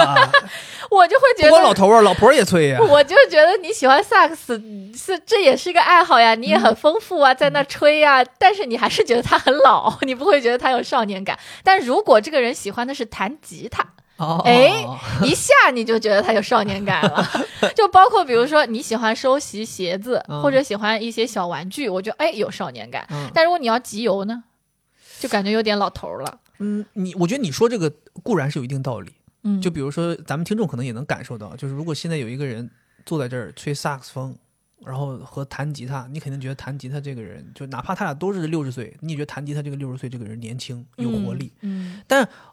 我就会觉不光老得，头儿，啊老婆儿也催呀。我就觉得你喜欢萨克斯是这也是一个爱好呀，你也嗯很丰富啊，在那吹呀、但是你还是觉得他很老，你不会觉得他有少年感。但如果这个人喜欢的是弹吉他，哦哎 一下你就觉得他有少年感了。 就包括比如说你喜欢收集鞋子，嗯或者喜欢一些小玩具，我觉得哎有少年感。嗯但如果你要集邮呢，就感觉有点老头儿了。嗯，你我觉得你说这个固然是有一定道理，嗯，就比如说咱们听众可能也能感受到，就是如果现在有一个人坐在这儿吹萨克斯风，然后和弹吉他，你肯定觉得弹吉他这个人，就哪怕他俩都是六十岁，你也觉得弹吉他这个六十岁这个人年轻有活力。嗯，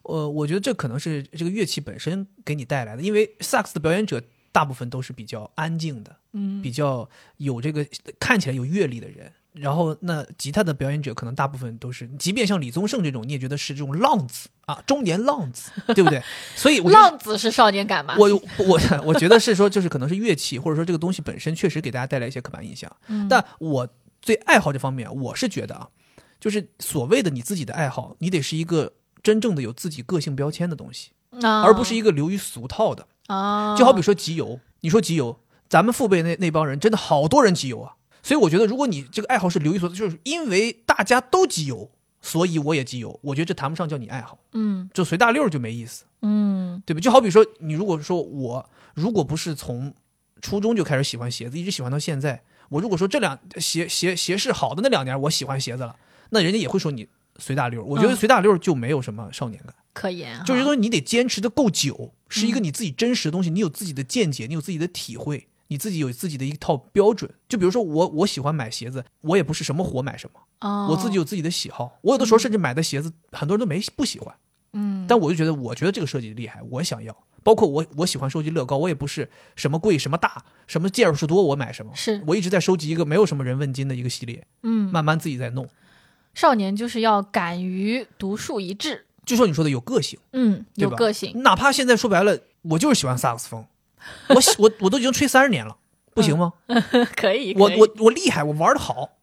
呃，我觉得这可能是这个乐器本身给你带来的，因为萨克斯的表演者大部分都是比较安静的，嗯嗯，比较有这个看起来有阅历的人。然后那吉他的表演者可能大部分都是，即便像李宗盛这种，你也觉得是这种浪子啊，中年浪子，对不对？所以我就浪子是少年感吧？我我我觉得是说，就是可能是乐器，或者说这个东西本身确实给大家带来一些刻板印象。嗯但我对爱好这方面，我是觉得啊，就是所谓的你自己的爱好，你得是一个真正的有自己个性标签的东西，啊而不是一个流于俗套的。啊，就好比说集邮，你说集邮，咱们父辈那那帮人真的好多人集邮啊。所以我觉得，如果你这个爱好是流于俗，就是因为大家都集邮，所以我也集邮。我觉得这谈不上叫你爱好，嗯就随大溜儿就没意思。嗯对吧？就好比说，你如果说我如果不是从初中就开始喜欢鞋子，一直喜欢到现在，我如果说这两鞋鞋鞋是好的那两年我喜欢鞋子了，那人家也会说你随大溜儿。我觉得嗯啊随大溜儿就没有什么少年感，可言哈，就是说你得坚持的够久，是嗯一个你自己真实的东西，你有自己的见解，你有自己的体会。你自己有自己的一套标准，就比如说我，我喜欢买鞋子，我也不是什么火买什么，哦我自己有自己的喜好。我有的时候甚至买的鞋子，很多人都没不喜欢，嗯但我就觉得，我觉得这个设计厉害，我想要。包括我，我喜欢收集乐高，我也不是什么贵、什么大、什么件数多，我买什么。是我一直在收集一个没有什么人问津的一个系列，嗯，慢慢自己在弄。少年就是要敢于独树一帜，就像你说的，有个性，嗯，对有吧个性，哪怕现在说白了，我就是喜欢萨克斯风，我喜我我都已经吹三十年了，不行吗？可以，我嗯可以我我厉害，我玩的好，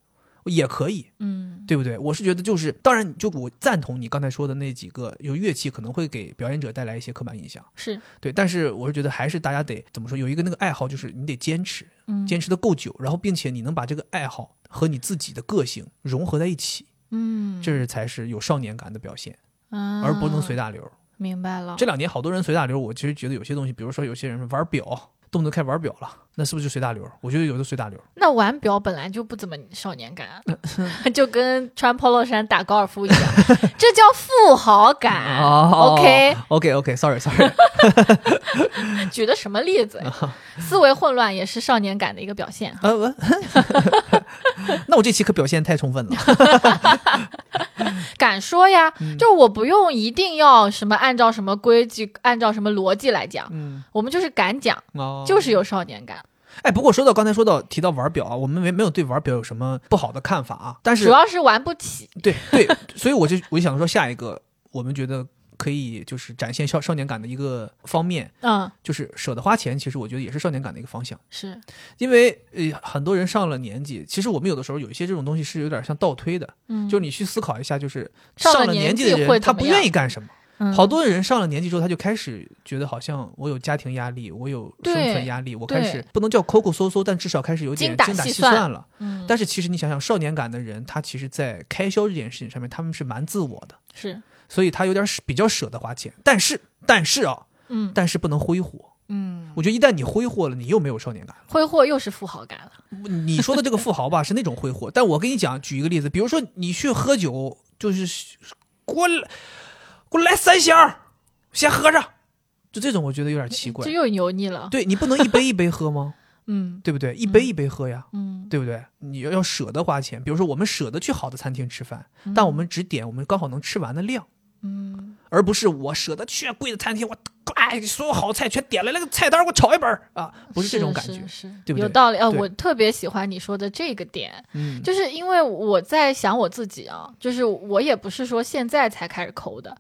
也可以。嗯对不对？我是觉得就是，当然，就我赞同你刚才说的那几个，有乐器可能会给表演者带来一些刻板印象，是对。但是我是觉得还是大家得怎么说，有一个那个爱好，就是你得坚持，嗯坚持的够久，然后并且你能把这个爱好和你自己的个性融合在一起，嗯，这才是有少年感的表现，而而不能随大流。明白了，这两年好多人随大流，我其实觉得有些东西，比如说有些人玩表，动不动开始玩表了，那是不是就随大流？我觉得有的随大流，那玩表本来就不怎么少年感啊， 就跟穿 polo 衫打高尔夫一样，这叫富豪感。OK 哦哦 OK OK Sorry Sorry，举的什么例子？思维混乱也是少年感的一个表现。 呃，我 那我这期可表现太充 分了。敢说呀，嗯就我不用一定要什么按照什么规矩，按照什么逻辑来讲，嗯，我们就是敢讲，哦就是有少年感。哎，不过说到刚才说到提到玩表啊，我们没没有对玩表有什么不好的看法啊，但主是要是玩不起。对对，所以我就我就想说下一个，我们觉得可以就是展现少少年感的一个方面，嗯，就是舍得花钱，其实我觉得也是少年感的一个方向，是，因为呃很多人上了年纪，其实我们有的时候有一些这种东西是有点像倒推的，嗯，就是你去思考一下，就是上了了年年纪的会人他怎么不样愿意干什么。嗯好多人上了年纪之后，他就开始觉得好像我有家庭压力，我有生存压力，我开始不能叫抠抠搜搜，但至少开始有点精精打打细细算算了。嗯但是其实你想想，少年感的人，他其实在开销这件事情上面，他们是蛮自我的，是，所以他有点舍比较舍得花钱。但是，但是啊，嗯但是不能挥霍。嗯，我觉得一旦你挥霍了，你又没有少年感了。挥霍又是富豪感了。你说的这个富豪吧，是那种挥霍。但我跟你讲，举一个例子，比如说你去喝酒，就是给我来给我来三箱儿，先喝着，就这种我觉得有点奇怪这。又油腻了。对你不能一杯一杯喝吗？嗯对不对？一杯一杯喝呀，嗯，对不对？你要要舍得花钱，比如说我们舍得去好的餐厅吃饭，但我们只点我们刚好能吃完的量，嗯而不是我舍得去贵的餐厅，我哎所有好菜全点了，那个菜单我炒一本儿啊，不是这种感觉是。是对不对有道理啊！对我特别喜欢你说的这个点，嗯，就是因为我在想我自己啊，就是我也不是说现在才开始 抠的，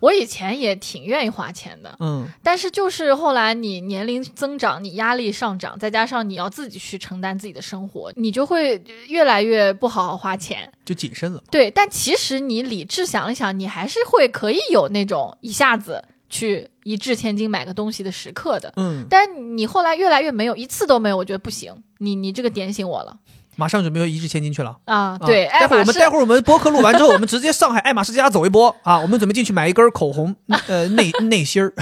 我以前也挺愿意花钱的，嗯但是就是后来你年龄增长，你压力上涨，再加上你要自己去承担自己的生活，你就会越来越不好好花钱。就谨慎了。对，但其实你理智想一想，你还是会可以有那种一下子去一掷千金买个东西的时刻的。嗯，但你后来越来越没有，一次都没有，我觉得不行。你你这个点醒我了马上准备要一掷千金去了。啊！啊对，爱待会儿马我们仕待会儿我们播客录完之后，我们直接上海爱马仕家走一波啊！我们准备进去买一根口红，呃，内内芯儿。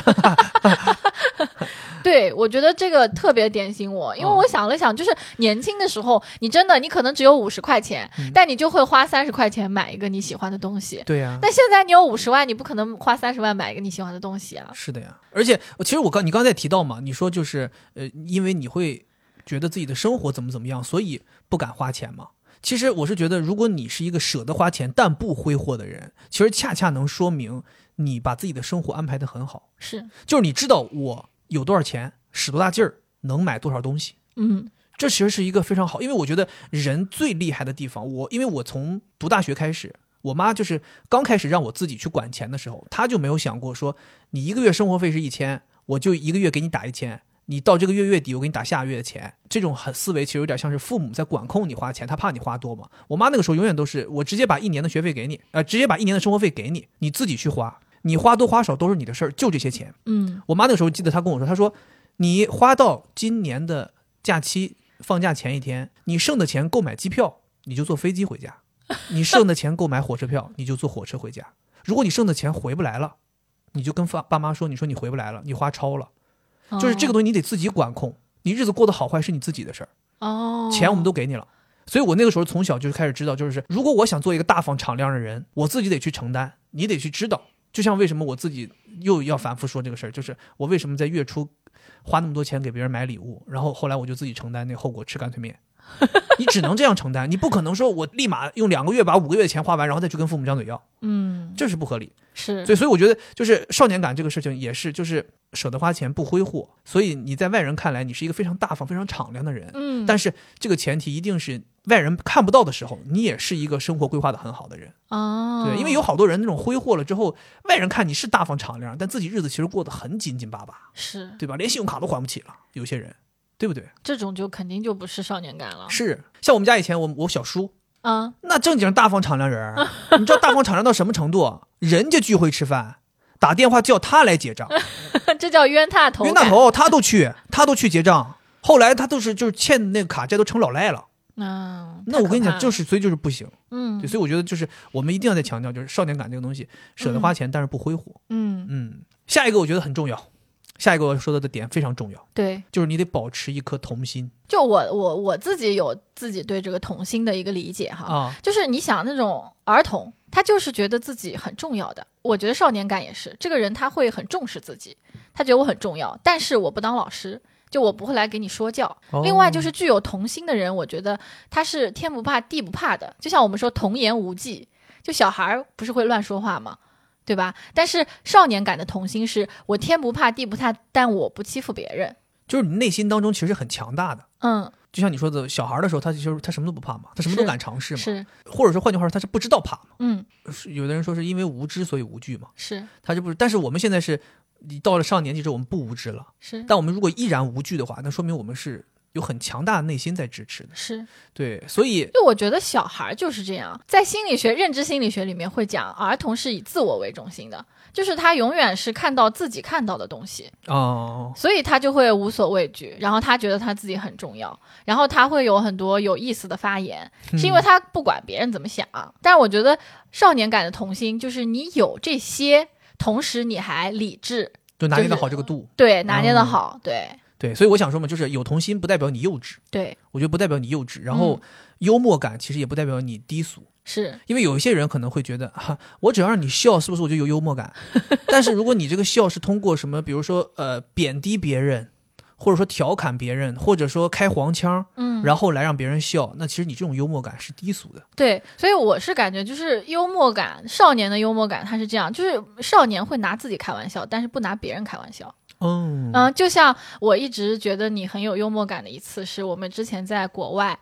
对，我觉得这个特别点醒我，因为嗯我想了想，就是年轻的时候，你真的你可能只有五十块钱，嗯但你就会花三十块钱买一个你喜欢的东西。对呀、但现在你有五十万，你不可能花三十万买一个你喜欢的东西啊。 是的呀，而且呃其实我刚你刚才也提到嘛，你说就是呃，因为你会觉得自己的生活怎么怎么样，所以不敢花钱嘛。其实我是觉得，如果你是一个舍得花钱但不挥霍的人，其实恰恰能说明你把自己的生活安排得很好，是，就是你知道我有多少钱，使多大劲儿，能买多少东西。嗯，这其实是一个非常好，因为我觉得人最厉害的地方，我因为我从读大学开始，我妈就是刚开始让我自己去管钱的时候，她就没有想过说你一个月生活费是一千，我就一个月给你打一千，你到这个月月底我给你打下个月的钱，这种很思维其实有点像是父母在管控你花钱，他怕你花多嘛。我妈那个时候永远都是我直接把一年的学费给你，呃，直接把一年的生活费给你，你自己去花，你花多花少都是你的事儿，就这些钱。嗯我妈那个时候记得她跟我说，她说你花到今年的假期放假前一天，你剩的钱购买机票，你就坐飞机回家；你剩的钱购买火车票，你就坐火车回家。如果你剩的钱回不来了，你就跟爸爸妈说，你说你回不来了，你花超了，哦就是这个东西你得自己管控，你日子过得好坏是你自己的事儿。哦，钱我们都给你了。所以我那个时候从小就开始知道，就是如果我想做一个大方敞亮的人，我自己得去承担，你得去知道。就像为什么我自己又要反复说这个事儿，就是我为什么在月初花那么多钱给别人买礼物，然后后来我就自己承担那后果，吃干脆 面。你只能这样承担，你不可能说我立马用两个月把五个月的钱花完，然后再去跟父母张嘴要，嗯这是不合理。是所以，所以我觉得就是少年感这个事情也是，就是舍得花钱不挥霍。所以你在外人看来，你是一个非常大方、非常敞亮的人，嗯，但是这个前提一定是外人看不到的时候，你也是一个生活规划的很好的人，哦，对，因为有好多人那种挥霍了之后，外人看你是大方敞亮，但自己日子其实过得很紧紧巴巴，是对吧？连信用卡都还不起了，有些人，对不对？这种就肯定就不是少年感了，是，像我们家以前我我小叔。啊， 那正经大方敞亮人儿，你知道大方敞亮到什么程度？人家聚会吃饭，打电话叫他来结账，这叫冤大头冤感，大头他都去，他都去结账。后来他都是就是欠那个卡债都成老赖了。嗯，那我跟你讲，就是是所以就是不行。嗯对，所以我觉得就是我们一定要再强调，就是少年感这个东西，舍得花钱，但是不挥霍。嗯嗯，下一个我觉得很重要，下一个我要说到的点非常重要，对，就是你得保持一颗童心就我我我自己有自己对这个童心的一个理解哈，啊。就是你想那种儿童，他就是觉得自己很重要的。我觉得少年感也是，这个人他会很重视自己，他觉得我很重要，但是我不当老师，就我不会来给你说教。哦另外就是具有童心的人，我觉得他是天不怕地不怕的。就像我们说童言无忌，就小孩儿不是会乱说话吗？对吧？但是少年感的童心是我天不怕地不怕，但我不欺负别人。就是你内心当中其实很强大的，嗯，就像你说的，小孩的时候他其实他什么都不怕嘛，他什么都是敢尝试嘛，是，或者说换句话说，他是不知道怕嘛。嗯，是有的人说是因为无知所以无惧嘛，是他就不是。但是我们现在是，你到了上年纪之后，我们不无知了，是但我们如果依然无惧的话，那说明我们是有很强大的内心在支持的。是。对，所以就我觉得小孩儿就是这样，在心理学、认知心理学里面会讲，儿童是以自我为中心的，就是他永远是看到自己看到的东西，哦，所以他就会无所畏惧，然后他觉得他自己很重要，然后他会有很多有意思的发言，嗯是因为他不管别人怎么想。但是我觉得少年感的童心就是你有这些，同时你还理智，就拿捏就得是好这个度。对，拿捏的好，对对，所以我想说嘛，就是有童心不代表你幼稚，对我觉得不代表你幼稚。然嗯后幽默感其实也不代表你低俗，是，因为有一些人可能会觉得，哈、我只要让你笑，是不是我就有幽默感？ 但是如果你这个笑是通过什么，比如说呃贬低别人，或者说调侃别人，或者说开黄腔，嗯，然后来让别人笑，那其实你这种幽默感是低俗的。对，所以我是感觉就是幽默感，少年的幽默感，他是这样，就是少年会拿自己开玩笑，但是不拿别人开玩笑。嗯嗯，就像我一直觉得你很有幽默感的一次，是我们之前在国外，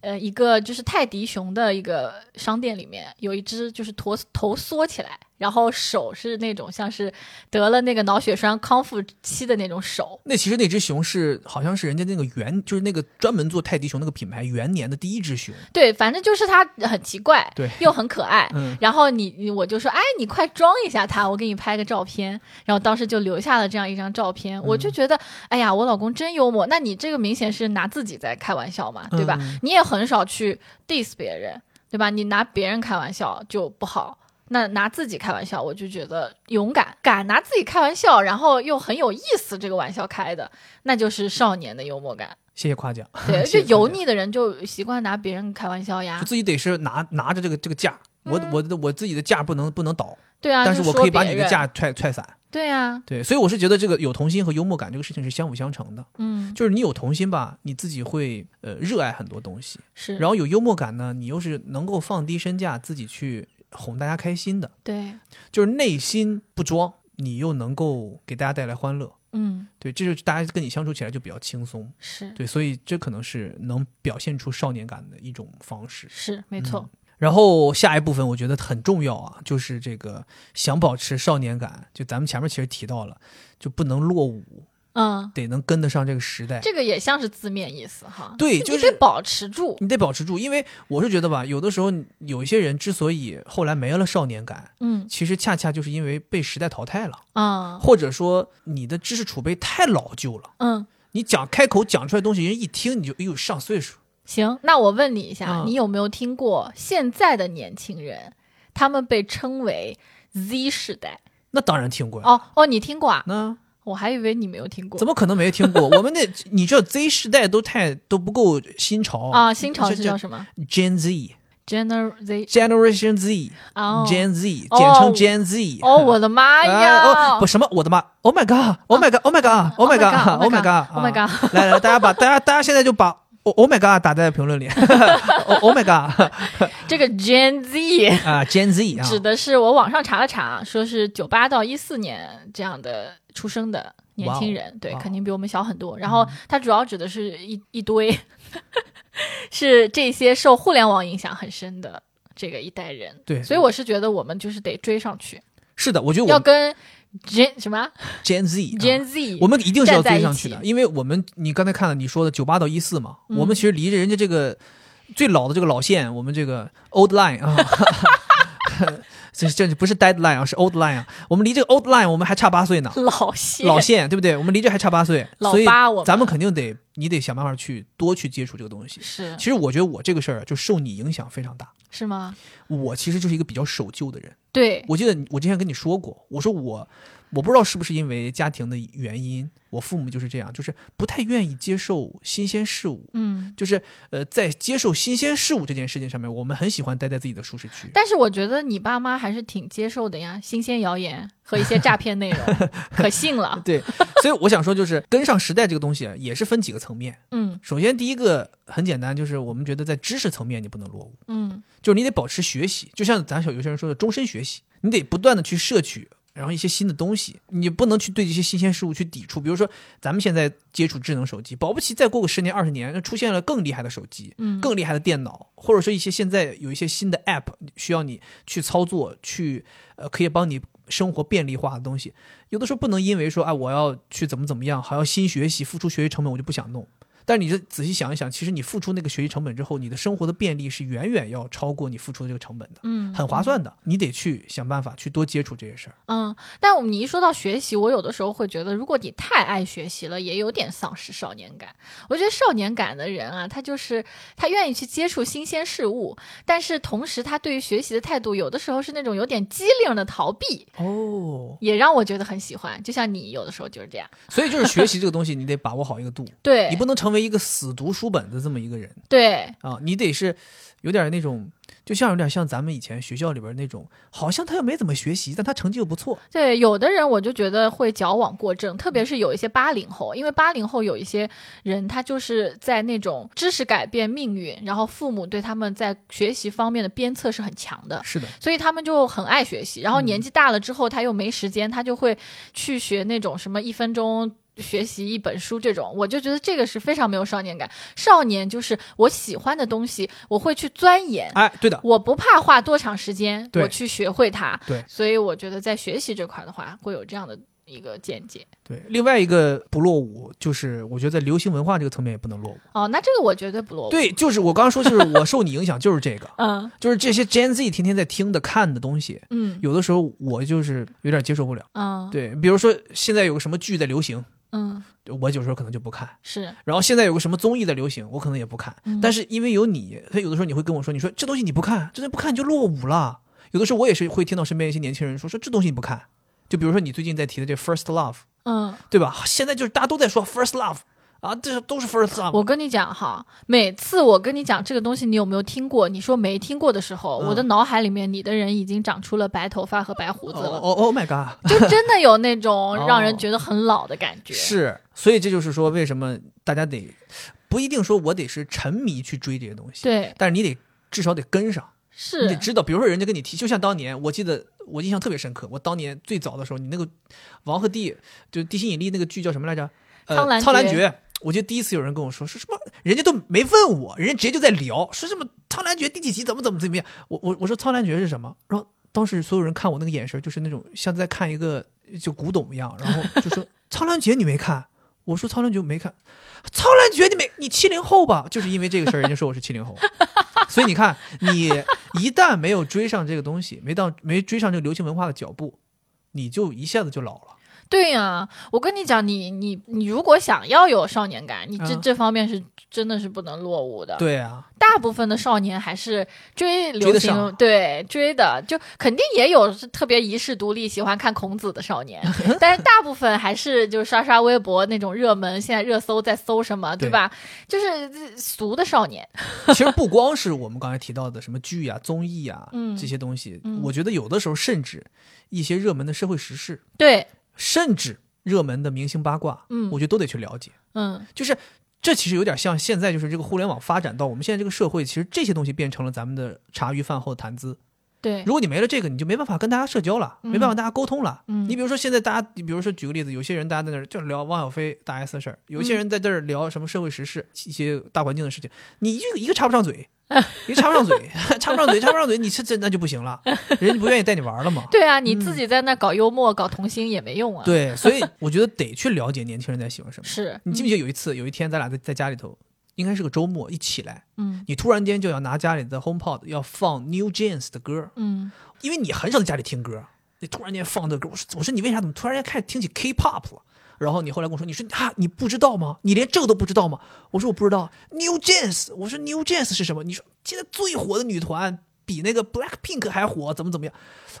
呃，一个就是泰迪熊的一个商店里面，有一只就是头头缩起来，然后手是那种像是得了那个脑血栓康复期的那种手，那其实那只熊是好像是人家那个元，就是那个专门做泰迪熊那个品牌元年的第一只熊。对，反正就是它很奇怪，对，又很可爱，嗯，然后你你我就说，哎，你快装一下他，我给你拍个照片。然后当时就留下了这样一张照片，我嗯就觉得，哎呀，我老公真幽默。那你这个明显是拿自己在开玩笑嘛，对吧？嗯你也很少去 diss 别人，对吧？你拿别人开玩笑就不好。那拿自己开玩笑，我就觉得勇敢，敢拿自己开玩笑，然后又很有意思，这个玩笑开的，那就是少年的幽默感。谢谢 夸奖。对，谢就谢油夸奖腻啊的人就习惯拿别人开玩笑呀就。自己得是拿拿着这个这个架，我我的我自己的架不能不能倒，对嗯啊，但是就我说可以把别你的人架踹踹散。对啊，对，所以我是觉得这个有童心和幽默感这个事情是相辅相成的，嗯，就是你有童心吧，你自己会呃热爱很多东西，是。然后有幽默感呢，你又是能够放低身价自己去哄大家开心的，对，就是内心不装，你又能够给大家带来欢乐。嗯，对，这就是大家跟你相处起来就比较轻松。是对，所以这可能是能表现出少年感的一种方式。是，没错，然后下一部分我觉得很重要啊，就是这个想保持少年感，就咱们前面其实提到了，就不能落伍，嗯，得能跟得上这个时代。这个也像是字面意思哈，对你就是得保持住，你得保持住，因为我是觉得吧，有的时候有一些人之所以后来没了少年感，嗯其实恰恰就是因为被时代淘汰了，啊，或者说你的知识储备太老旧了。嗯，你讲开口讲出来的东西，人一听你就哎呦上岁数。行，那我问你一下，嗯你有没有听过现在的年轻人，他们被称为 Z 世代？那当然听过呀，哦哦，你听过啊？那我还以为你没有听过。怎么可能没听过？我们那你知道 Z 时代都太都不够新潮啊？新潮这是叫什么这 Gen Z ？Gener Z Generation Z、哦 Gen Z，简哦称 Gen Z。哦，我的妈啊 呀！哦，不什么，我的妈！Oh my god！Oh my god！Oh my god！Oh my god！Oh my Oh my god！Oh god！来来，大家把大家大家现在就把 Oh Oh my god 打在评 论里，Oh Oh my god 这个 Gen Z 啊，Gen Z 啊，指的是我网上查了查，说是九八到一四年这样的出生的年轻人，对哇，哦嗯肯定比我们小很多。然后它主要指的是一一堆， 是这些受互联网影响很深的这个一代人。对，所以我是觉得我们就是得追上去，是的，我觉得我要们跟 Gen 什 么 Gen Z 啊 Gen Z，我们一定是要追上去站在的一，因为我们你刚才看了你说的九八到一四嘛，嗯我们其实离着人家这个最老的这个老线，我们这个 old line 啊， 这这不是 dead line 啊，是 old line 啊，我们离这个 old line 我们还差八岁呢，老谢老线对不对？我们离这还差八岁，老所以八我们咱们肯定得你得想办法去多去接触这个东西。是其实我觉得我这个事儿啊就受你影响非常大。是吗？我其实就是一个比较守旧的人，对，我记得我之前跟你说过，我说我我不知道是不是因为家庭的原因，我父母就是这样，就是不太愿意接受新鲜事物，嗯。就是呃，在接受新鲜事物这件事情上面，我们很喜欢待在自己的舒适 区。但是我觉得你爸妈还是挺接受的呀，新鲜谣言和一些诈骗内容， 可信了。对，所以我想说，就是跟上时代这个东西啊也是分几个层面。嗯首先，第一个很简单，就是我们觉得在知识层面你不能落伍，嗯，就是你得保持学习，就像咱小有些人说的，终身学习，你得不断的去摄取，然后一些新的东西，你不能去对这些新鲜事物去抵触。比如说，咱们现在接触智能手机，保不齐再过个十年二十年，那出现了更厉害的手机，嗯更厉害的电脑，或者说一些现在有一些新的 App 需要你去操作，去呃可以帮你。生活便利化的东西，有的时候不能因为说啊，我要去怎么怎么样，还要新学习，付出学习成本，我就不想弄。但你这仔细想一想，其实你付出那个学习成本之后，你的生活的便利是远远要超过你付出的这个成本的，嗯，很划算的。你得去想办法去多接触这些事儿。嗯，但我们你一说到学习，我有的时候会觉得，如果你太爱学习了，也有点丧失少年感。我觉得少年感的人啊，他就是他愿意去接触新鲜事物，但是同时他对于学习的态度，有的时候是那种有点机灵的逃避，哦，也让我觉得很喜欢。就像你有的时候就是这样，所以就是 学习这个东西，你得把握好一个度，你对不能成为一个死读书本的这么一个人对，啊，你得是有点那种。就像有点像咱们以前学校里边那种，好像他又没怎么学习，但他成绩又不错。对，有的人我就觉得会矫枉过正，特别是有一些八零后，因为八零后有一些人，他就是在那种知识改变命运，然后父母对他们在学习方面的鞭策是很强的。是的，所以他们就很爱学习，然后年纪大了之后，他又没时间，他就会去学那种什么一分钟学习一本书这种。我就觉得这个是非常没有少年感。少年就是我喜欢的东西，我会去钻研，哎，对的，我不怕花多长时间，对我去学会它。对所以我觉得在学习这块的话，会有这样的一个见解。对。另外一个不落伍，就是我觉得在流行文化这个层面也不能落伍。哦，那这个我绝对不落伍。，对，就是我刚刚说，就是我受你影响，就是这个。嗯就是这些 Gen Z 天天在听的、看的东西，嗯有的时候我就是有点接受不了。嗯，，对，比如说现在有个什么剧在流行，嗯我有时候可能就不看；是，然后现在有个什么综艺在流行，我可能也不看。嗯但是因为有你，所以有的时候你会跟我说，你说这东西你不看，这东西不看你就落伍了。有的时候我也是会听到身边一些年轻人说，说这东西你不看，就比如说你最近在提的这 First Love，嗯，对吧？现在就是大家都在说 First Love 啊，这都是 First Love。我跟你讲哈，每次我跟你讲这个东西，你有没有听过？你说没听过的时候，嗯我的脑海里面你的人已经长出了白头发和白胡子哦了，哦，Oh my god！就真的有那 种哦让人觉得很老的感觉。是，所以这就是说，为什么大家得不一定说我得是沉迷去追这些东西，对，但是你得至少得跟上。你得是知道，比如说人家跟你提，就像当年，我记得我印象特别深刻，我当年最早的时候，你那个《王和帝》就《地心引力》那个剧叫什么来着？呃，苍苍兰诀诀。我记得第一次有人跟我说说什么，人家都没问我，人家直接就在聊，说什么《苍兰诀》第几集怎么怎么怎么样。我我我说《苍兰诀》是什么？然后当时所有人看我那个眼神，就是那种像在看一个就古董一样，然后就说 《苍兰诀》你没看？我说《苍兰诀》我没看，《苍兰诀》你没你七零后吧？就是因为这个事儿，人家说我是七零后。所以你看，你一旦没有追上这个东西，没到没追上这个流行文化的脚步，你就一下子就老 了。对呀、我跟你讲，你你你如果想要有少年感，你这、嗯这方面是真的是不能落伍的。对啊，大部分的少年还是追追流得行，上对追的，就肯定也有是特别遗世独立、喜欢看孔子的少 年，但是大部分还是就刷刷微博那种热门，现在热搜在搜什么，对对吧？就是这俗的少年，其实不光是我们刚才提到的什么剧啊、综艺啊、嗯这些东西，嗯我觉得有的时候甚至一些热门的社会时事，对，甚至热门的明星八卦，嗯我觉得都得去了解。嗯，就是这其实有点像现在就是这个互联网发展到我们现在这个社会，其实这些东西变成了咱们的茶余饭后谈资。对，如果你没了这个，你就没办法跟大家社交了，没办法跟大家沟通了。嗯你比如说现在大家，你比如说举个例子，有些人大家在那儿就聊汪小菲大 S 的事儿，有一些人在这儿聊什么社会时事、一些大环境的 事情，你一个一个插不上嘴，一个插不上嘴，插不上嘴，插不上嘴，你这这那就不行 了，人家不愿意带你玩了嘛。对啊，你自己在那搞幽默、搞童心也没用啊。，嗯对，所以我觉得得去了解年轻人在喜欢什么。是，你记不记得有一次，有一天咱俩在在家里头，应该是个周末，一起来，嗯你突然间就要拿家里的 HomePod 要放 New Jeans 的歌，嗯，因为你很少在家里听歌，你突然间放这歌，我说我说你为啥怎么突然间开始听起 K-pop 了？然后你后来跟我说，你说啊，你不知道吗？你连这个都不知道吗？我说我不知道，New Jeans，我说 New Jeans 是什么？你说现在最火的女团比那个 Black Pink 还火，怎么怎么样？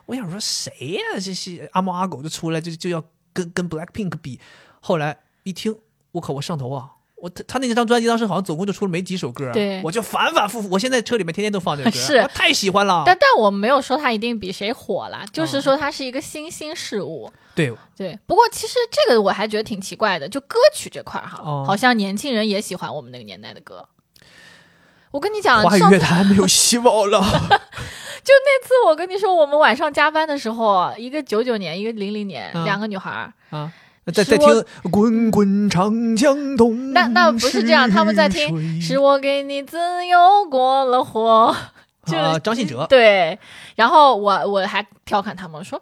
我想说谁呀、这是阿猫阿狗就出来就就要跟跟 Black Pink 比，后来一听，我靠，我上头啊！我他他那张专辑当时好像总共就出了没几首歌啊，对我就反反复复，我现在车里面天天都放这个歌，啊是我太喜欢了。但但我没有说他一定比谁火啦，就是嗯说他是一个新兴事物。对，对，不过其实这个我还觉得挺奇怪的，就歌曲这块儿哈，哦好像年轻人也喜欢我们那个年代的歌。我啊跟你讲，华上语乐次坛没有希望 了。我跟你说，我们晚上加班的时候，一个九九年，一个零零年，嗯两个女孩儿，啊， 在在使我听“滚滚长江东”，那那不是嗯这样，他们在听，是我给你自由过了火，就啊是嗯张信哲对，然后我我还调侃他们说，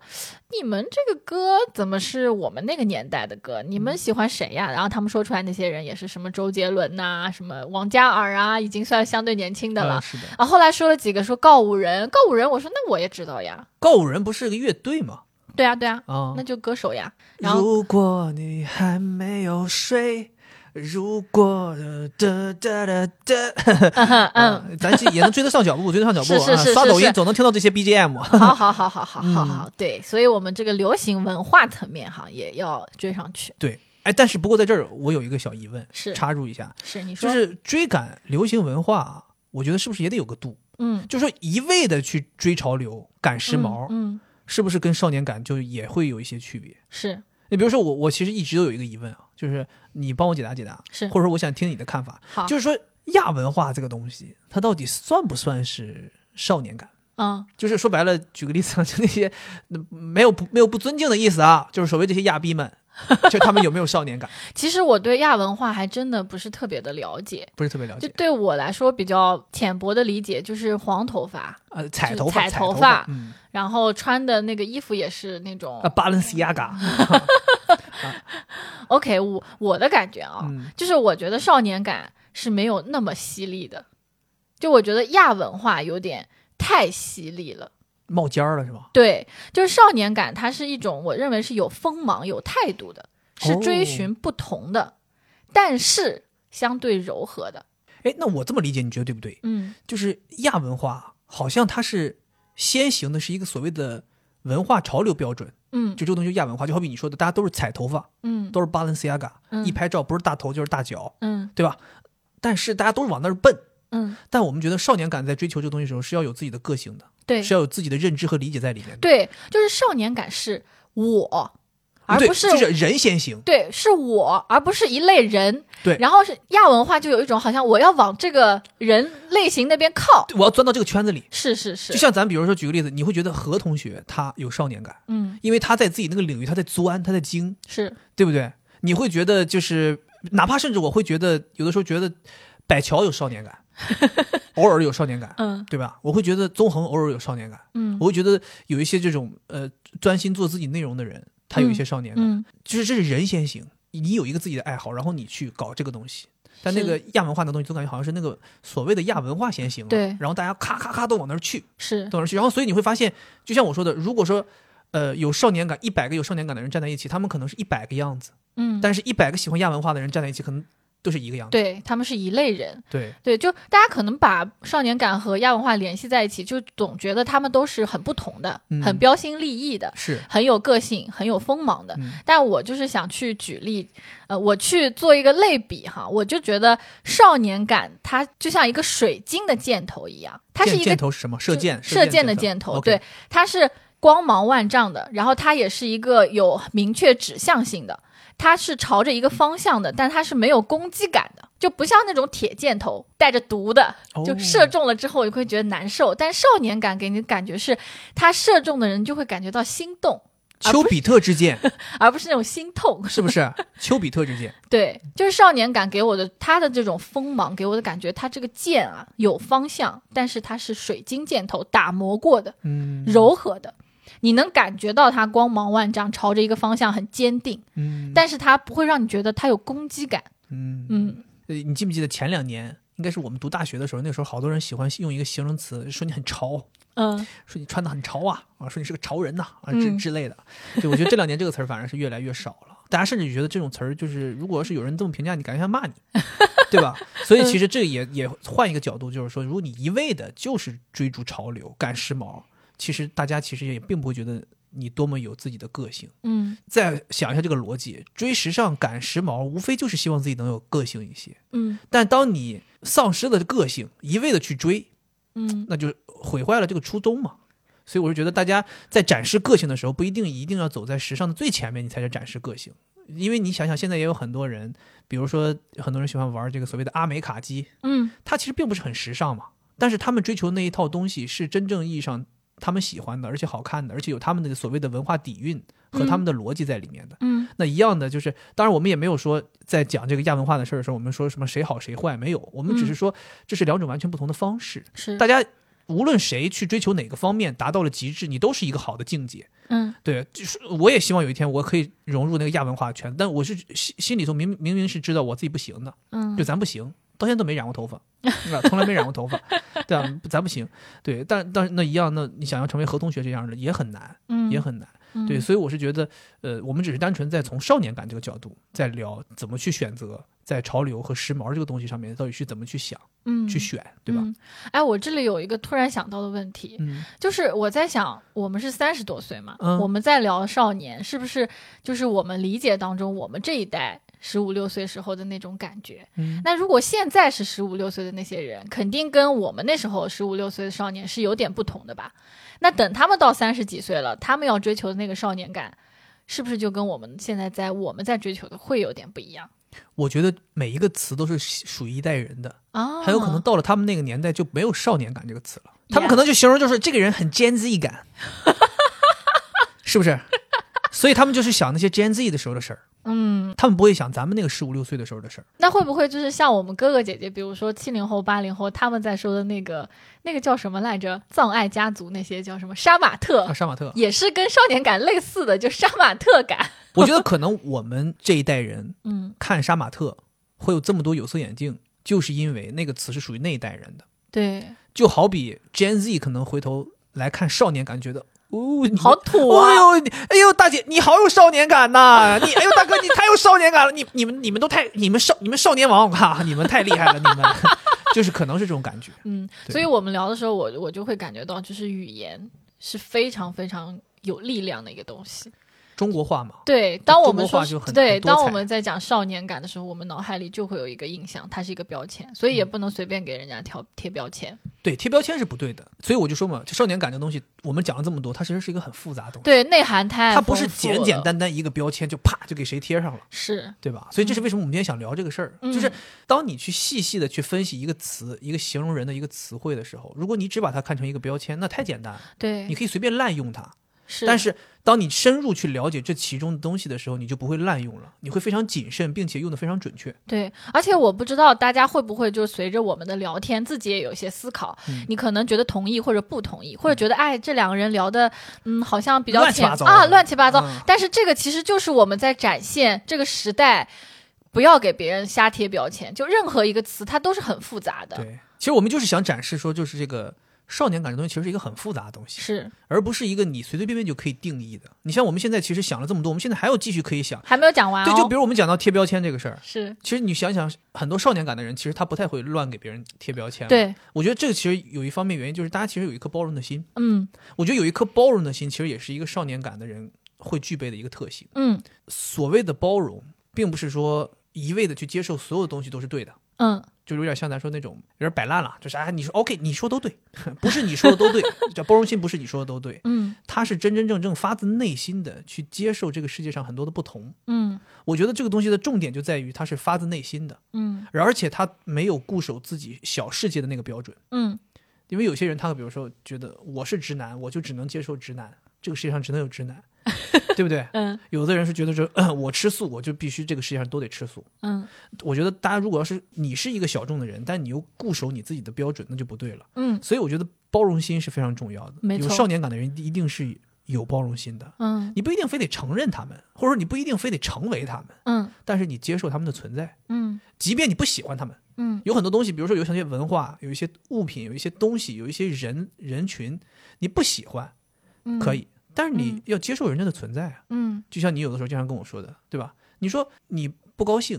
你们这个歌怎么是我们那个年代的歌？你们喜欢谁呀？然后他们说出来那些人也是什么周杰伦呐、什么王嘉尔啊，已经算相对年轻的了啊。是的，啊，后来说了几个说告五人，告五人，我说那我也知道呀，告五人不是个乐队吗？对啊对啊，啊那，就歌手呀。然后哦如果你还没有睡。如果呃哒哒哒哒， 嗯哼嗯，啊咱也能追得上脚步，追得上脚步 是是啊！是刷抖是音是总能听到这些 BGM。好好好好好好好，对，所以我们这个流行文化层面哈也要追上去。对，哎，但是不过在这儿我有一个小疑问，是插入一下，是你说，就是追赶流行文化啊，我觉得是不是也得有个度？嗯，就说一味的去追潮流、赶时髦，嗯，嗯是不是跟少年感就也会有一些区别？是你比如说我，我其实一直都有一个疑问啊，就是你帮我解答解答，是啊或者说我想听你的看法，好，就是说亚文化这个东西，它到底算不算是少年感？嗯就是说白了，举个例子啊， 就那些嗯没有不没有不尊敬的意思啊，就是所谓这些亚逼们，就他们有没有少年感，其实我对亚文化还真的不是特别的了解，不是特别了就解。对我来说比较浅薄的理解就是黄头发，呃，彩是头发，彩彩头发发，嗯，然后穿的那个衣服也是那种。啊，Balenciaga， OK，我我的感觉啊，嗯就是我觉得少年感是没有那么犀利的，就我觉得亚文化有点太犀利了。冒尖儿了是吧？对，就是少年感，它是一种我认为是有锋芒、有态度的，是追哦寻不同的，但是相对柔和的。哎，那我这么理解，你觉得对不对？嗯，就是亚文化，好像它是先行的是一个所谓的文化潮流标准，嗯就这个东西就亚文化，就好比你说的，大家都是彩头发，嗯都是 Balenciaga，、嗯一拍照不是大头就是大脚，嗯对吧？但是大家都是往那儿奔。嗯，但我们觉得少年感在追求这个东西的时候是要有自己的个性的，对是要有自己的认知和理解在里面的。对，就是少年感是我，而啊对不是就是人先行，对，是我，而不是一类人。对然后是亚文化就有一种好像我要往这个人类型那边靠。我要钻到这个圈子里。是是是，就像咱比如说举个例子，你会觉得何同学他有少年感，嗯因为他在自己那个领域他在钻，他在精，是对不对？你会觉得就是，哪怕甚至我会觉得有的时候觉得百乔有少年 感，偶尔有少年感，嗯对吧？我会觉得纵横偶尔有少年感，嗯我会觉得有一些这种呃专心做自己内容的人，他有一些少年感，嗯，就是这是人先行，你有一个自己的爱好，然后你去搞这个东西。但那是个亚文化的东西，总感觉好像是那个所谓的亚文化先行了，对然后大家咔咔咔都往那儿去，是都往那儿去，然后所以你会发现，就像我说的，如果说。呃，有少年感，一百个有少年感的人站在一起，他们可能是一百个样子，嗯，但是一百个喜欢亚文化的人站在一起，可能都是一个样子。对他们是一类人。对对，就大家可能把少年感和亚文化联系在一起，就总觉得他们都是很不同的，嗯很标新立异的，是，很有个性，很有锋芒的。嗯但我就是想去举例，呃，我去做一个类比哈，我就觉得少年感它就像一个水晶的箭头一样，它是箭一个箭头是什么？射箭，射箭的箭箭头， OK 对，它是光芒万丈的，然后它也是一个有明确指向性的，它是朝着一个方向的，但它是没有攻击感的，就不像那种铁箭头带着毒的，哦就射中了之后你会觉得难受，但少年感给你的感觉是，它射中的人就会感觉到心动，而丘比特之箭，而不是那种心痛。是不是？ 丘比特之箭， 对，就是少年感给我的他的这种锋芒，给我的感觉，他这个剑啊有方向，但是它是水晶箭头打磨过的，嗯柔和的，你能感觉到它光芒万丈，朝着一个方向很坚定，嗯但是它不会让你觉得它有攻击感。嗯嗯，呃你记不记得前两年，应该是我们读大学的时候，那时候好多人喜欢用一个形容词，说你很潮，嗯，说你穿的很潮啊，啊，说你是个潮人呐、啊，嗯之之类的。对，我觉得这两年这个词儿反而是越来越少了。大家甚至觉得这种词儿就是，如果要是有人这么评价你，感觉像骂你，对吧？所以其实这也也换一个角度，就是说，如果你一味的就是追逐潮流、赶时髦，其实大家其实也并不会觉得你多么有自己的个性。嗯再想一下这个逻辑，追时尚、赶时髦，无非就是希望自己能有个性一些。嗯但当你丧失了个性，一味的去追，嗯，那就毁坏了这个初衷嘛。所以我是觉得，大家在展示个性的时候，不一定一定要走在时尚的最前面，你才是展示个性。因为你想想，现在也有很多人，比如说很多人喜欢玩这个所谓的阿美卡机，嗯它其实并不是很时尚嘛，但是他们追求那一套东西是真正意义上他们喜欢的，而且好看的，而且有他们的所谓的文化底蕴和他们的逻辑在里面的。嗯那一样的就是，当然我们也没有说在讲这个亚文化的事儿的时候，我们说什么谁好谁坏没有，我们只是说这是两种完全不同的方式。是，大家无论谁去追求哪个方面达到了极致，你都是一个好的境界。嗯对，就是我也希望有一天我可以融入那个亚文化圈，但我是心心里头明明明是知道我自己不行的，嗯就咱不行，到现在都没染过头发，是吧从来没染过头发， 对啊，咱不行。对，但但是那一样，那你想要成为何同学这样的也很难，嗯也很难。嗯对，所以我是觉得，呃，我们只是单纯在从少年感这个角度在聊怎么去选择，在潮流和时髦这个东西上面到底去怎么去想、嗯去选，对吧？嗯哎，我这里有一个突然想到的问题，嗯就是我在想，我们是三十多岁嘛，嗯我们在聊少年，是不是就是我们理解当中我们这一代十五六岁时候的那种感觉？嗯那如果现在是十五六岁的那些人，肯定跟我们那时候十五六岁的少年是有点不同的吧？那等他们到三十几岁了，他们要追求的那个少年感，是不是就跟我们现在在我们在追求的会有点不一样我觉得每一个词都是属于一代人的，啊？很有可能到了他们那个年代就没有少年感这个词了，他们可能就形容就是这个人很 Gen Z 感，是不是？所以他们就是想那些 Gen Z 的时候的事儿，嗯，他们不会想咱们那个十五六岁的时候的事儿。那会不会就是像我们哥哥姐姐，比如说七零后、八零后，他们在说的那个那个叫什么来着？葬爱家族那些叫什么？杀马特、啊，杀马特，也是跟少年感类似的，就杀马特感。我觉得可能我们这一代人 嗯，看杀马特会有这么多有色眼镜，就是因为那个词是属于那一代人的。对，就好比 Gen Z 可能回头来看少年感，觉得哦，你好土啊！哎呦，你哎呦，大姐，你好有少年感呐！ 你，哎呦，大哥，你太有少年感了！你、你们、你们都太，你们少，你们少年王，我看你们太厉害了，你们 就是可能是这种感觉。嗯，对所以我们聊的时候，我我就会感觉到，就是语言是非常非常有力量的一个东西。中国话嘛，对，当我中们国说话就很对，很多彩当我们在讲少年感的时候，我们脑海里就会有一个印象，它是一个标签，所以也不能随便给人家贴贴标签。对，贴标签是不对的。所以我就说嘛，这少年感这东西，我们讲了这么多，它其实是一个很复杂的东西，对，内涵太它不是丰富简简了，单单一个标签就啪就给谁贴上了。是对吧？所以这是为什么我们今天想聊这个事儿，嗯就是当你去细细的去分析一个词、一个形容人的一个词汇的时候，如果你只把它看成一个标签，那太简单了，你对，可以随便滥用它。是，但是当你深入去了解这其中的东西的时候，你就不会滥用了，你会非常谨慎，并且用的非常准确。对，而且我不知道大家会不会就随着我们的聊天，自己也有一些思考。嗯你可能觉得同意或者不同意，或者觉得哎，这两个人聊的嗯，好像比较乱七浅八糟啊，的乱七八糟。嗯但是这个其实就是我们在展现这个时代。不要给别人瞎贴标签，就任何一个词，它都是很复杂的。对，其实我们就是想展示说，就是这个少年感这东西其实是一个很复杂的东西，是而不是一个你随随便便就可以定义的。你像我们现在其实想了这么多，我们现在还有继续可以想。还没有讲完、哦。对，就比如我们讲到贴标签这个事儿，是其实你想想，很多少年感的人，其实他不太会乱给别人贴标签。，对，我觉得这个其实有一方面原因就是大家其实有一颗包容的心。嗯我觉得有一颗包容的心，其实也是一个少年感的人会具备的一个特性。嗯所谓的包容，并不是说一味的去接受所有东西都是对的。嗯，就有点像咱说那种有点摆烂了，就是哎，你说 OK，你说都对， 不是你说的都对， 叫包容心不是你说的都对，嗯他是真真正正发自内心的去接受这个世界上很多的不同。嗯我觉得这个东西的重点就在于它是发自内心的，嗯而且他没有固守自己小世界的那个标准，嗯，因为有些人他比如说觉得我是直男，我就只能接受直男，这个世界上只能有直男，对不对？嗯有的人是觉得说、 我吃素，我就必须这个世界上都得吃素。嗯我觉得大家如果要是你是一个小众的人，但你又固守你自己的标准，那就不对了。嗯所以我觉得包容心是非常重要的。没有错少年感的人一定是有包容心的，嗯你不一定非得承认他们，或者说你不一定非得成为他们，嗯但是你接受他们的存在，嗯即便你不喜欢他们。嗯，有很多东西，比如说有一些文化、有一些物品、有一些东西、有一些人人群，你不喜欢嗯可，以，但是你嗯要接受人家的存在啊。嗯就像你有的时候经常跟我说的，对吧？你说你不高兴，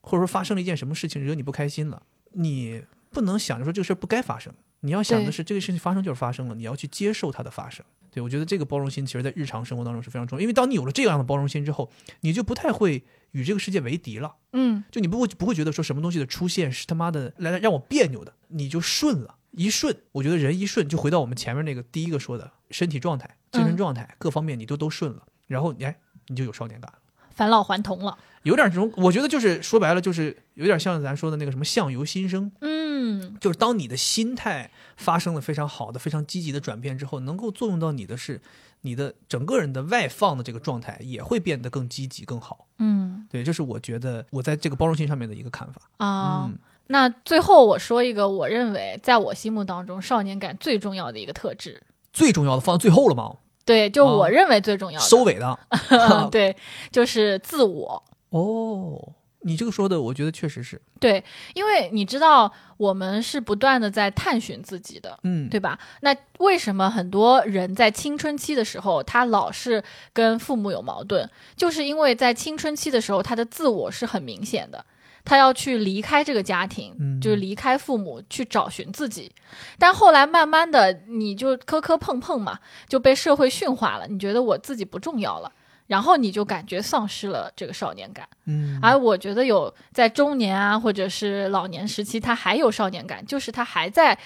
或者说发生了一件什么事情惹你不开心了，你不能想着说这个事儿不该发生，你要想的对是这个事情发生就是发生了，你要去接受它的发生。对，我觉得这个包容心其实在日常生活当中是非常重要，因为当你有了这样的包容心之后，你就不太会与这个世界为敌了。嗯就你不会不会觉得说什么东西的出现是他妈的来来让我别扭的，你就顺了。一顺，我觉得人一顺就回到我们前面那个第一个说的身体状态、精神嗯状态、各方面你都都顺了，然后你哎你就有少年感了，返老还童了。有点这种，我觉得就是说白了就是有点像咱说的那个什么相由心生，嗯就是当你的心态发生了非常好的、非常积极的转变之后，能够作用到你的是你的整个人的外放的这个状态也会变得更积极、更好。嗯对，这是我觉得我在这个包容性上面的一个看法。啊。嗯那最后我说一个，我认为在我心目当中少年感最重要的一个特质，最重要的放到最后了嘛，对，就哦我认为最重要的， 收尾的。 对，就是自我。哦，你这个说的，我觉得确实是，对，因为你知道，我们是不断的在探寻自己的，嗯，对吧？那为什么很多人在青春期的时候，他老是跟父母有矛盾？就是因为在青春期的时候，他的自我是很明显的，他要去离开这个家庭，嗯就是离开父母去找寻自己。但后来慢慢的，你就磕磕碰碰嘛，就被社会驯化了，你觉得我自己不重要了。然后你就感觉丧失了这个少年感，嗯，而我觉得有在中年啊，或者是老年时期，他还有少年感，就是他还在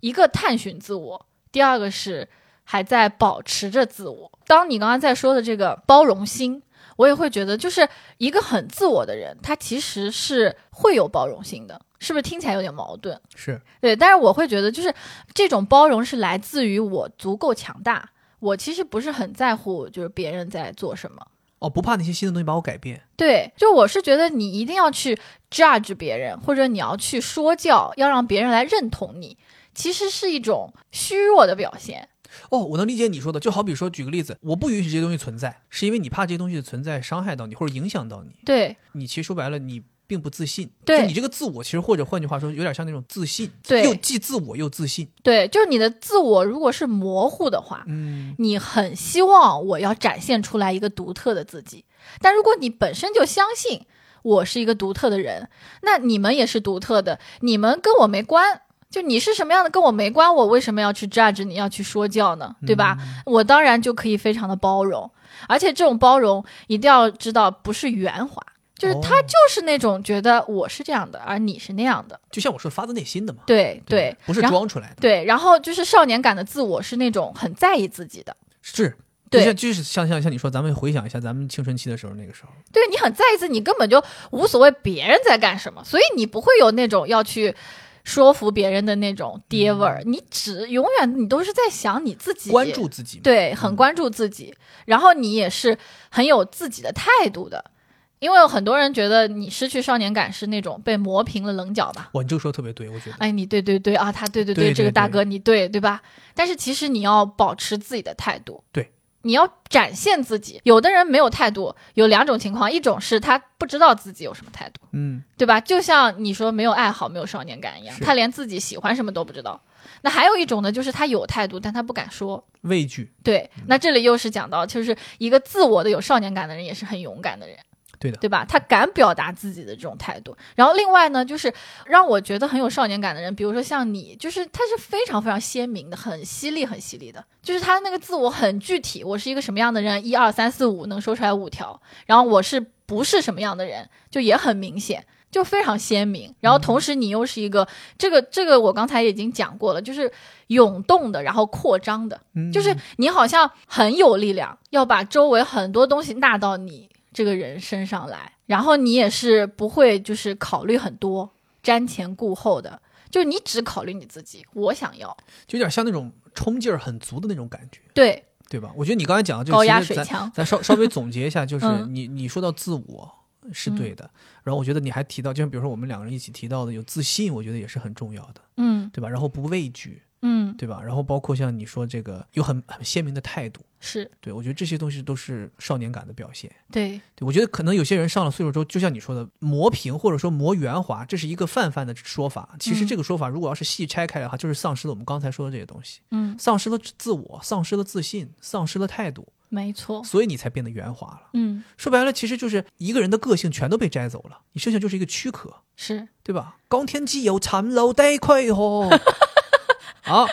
一个探寻自我，第二个是还在保持着自我。当你刚刚在说的这个包容心，我也会觉得，就是一个很自我的人，他其实是会有包容心的，是不是听起来有点矛盾？是，对，但是我会觉得，就是这种包容是来自于我足够强大。我其实不是很在乎，就是别人在做什么。哦，不怕那些新的东西把我改变，对，就我是觉得你一定要去 judge 别人，或者你要去说教，要让别人来认同你，其实是一种虚弱的表现。哦，我能理解你说的，就好比说，举个例子，我不允许这些东西存在，是因为你怕这些东西的存在伤害到你或者影响到你，对你其实说白了，你。并不自信，对就你这个自我，其实或者换句话说，有点像那种自信，对又既自我又自信，对，就是你的自我如果是模糊的话，嗯，你很希望我要展现出来一个独特的自己，但如果你本身就相信我是一个独特的人，那你们也是独特的，你们跟我没关。就你是什么样的跟我没嗯关，我为什么要去 judge 你，要去说教呢？对吧？我当然就可以非常的包容。而且这种包容一定要知道不是圆滑，就是他哦就是那种觉得我是这样的，而你是那样的，就像我说发自内心的嘛，对对，不是然后装出来的，对，然后就是少年感的自我是那种很在意自己的，是。对就像就是像像像你说，咱们回想一下咱们青春期的时候，那个时候，对你很在意自己，你根本就无所谓别人在干什么，所以你不会有那种要去说服别人的那种爹味儿，你只永远你都是在想你自己，嗯关注自己嘛，对，很关注自己，然后你也是很有自己的态度的，因为有很多人觉得你失去少年感是那种被磨平了棱角吧。哇，你这个说的特别对，我觉得。哎，你对对对啊，他对对对对这个大对哥你对对吧？但是其实你要保持自己的态度，对，你要展现自己。有的人没有态度，有两种情况，一种是他不知道自己有什么态度，嗯，对吧？就像你说没有爱好、没有少年感一样，是他连自己喜欢什么都不知道。那还有一种呢，就是他有态度，但他不敢说。畏惧，对，那这里又是讲到，就是一个自我的有少年感的人，也是很勇敢的人。对的对吧？他敢表达自己的这种态度。然后另外呢，就是让我觉得很有少年感的人，比如说像你，就是他是非常非常鲜明的，很犀利，很犀利的，就是他那个自我很具体，我是一个什么样的人，一二三四五能说出来五条，然后我是不是什么样的人，就也很明显。就非常鲜明，然后嗯同时你又是一个、这个这个我刚才已经讲过了，就是涌动的，然后扩张的，嗯，就是你好像很有力量，要把周围很多东西纳到你这个人身上来，然后你也是不会就是考虑很多，瞻前顾后的，就是你只考虑你自己，我想要，就有点像那种冲劲儿很足的那种感觉，对，对吧？我觉得你刚才讲的这个，高压其实水咱枪， 咱稍稍微总结一下，就是嗯你你说到自我是对的，然后我觉得你还提到，就像比如说我们两个人一起提到的，有自信，我觉得也是很重要的，嗯对吧？然后不畏惧，嗯，对吧？然后包括像你说这个有很很鲜明的态度，是对我觉得这些东西都是少年感的表现。对，对，我觉得可能有些人上了岁数之后，就像你说的，磨平或者说磨圆滑，这是一个泛泛的说法。其实嗯这个说法如果要是细拆开的话，就是丧失了我们刚才说的这些东西，嗯，丧失了自我，丧失了自信，丧失了态度，没错，所以你才变得圆滑了。嗯，说白了，其实就是一个人的个性全都被摘走了，你剩下就是一个躯壳，是对吧？高天基有残楼带愧吼， 啊，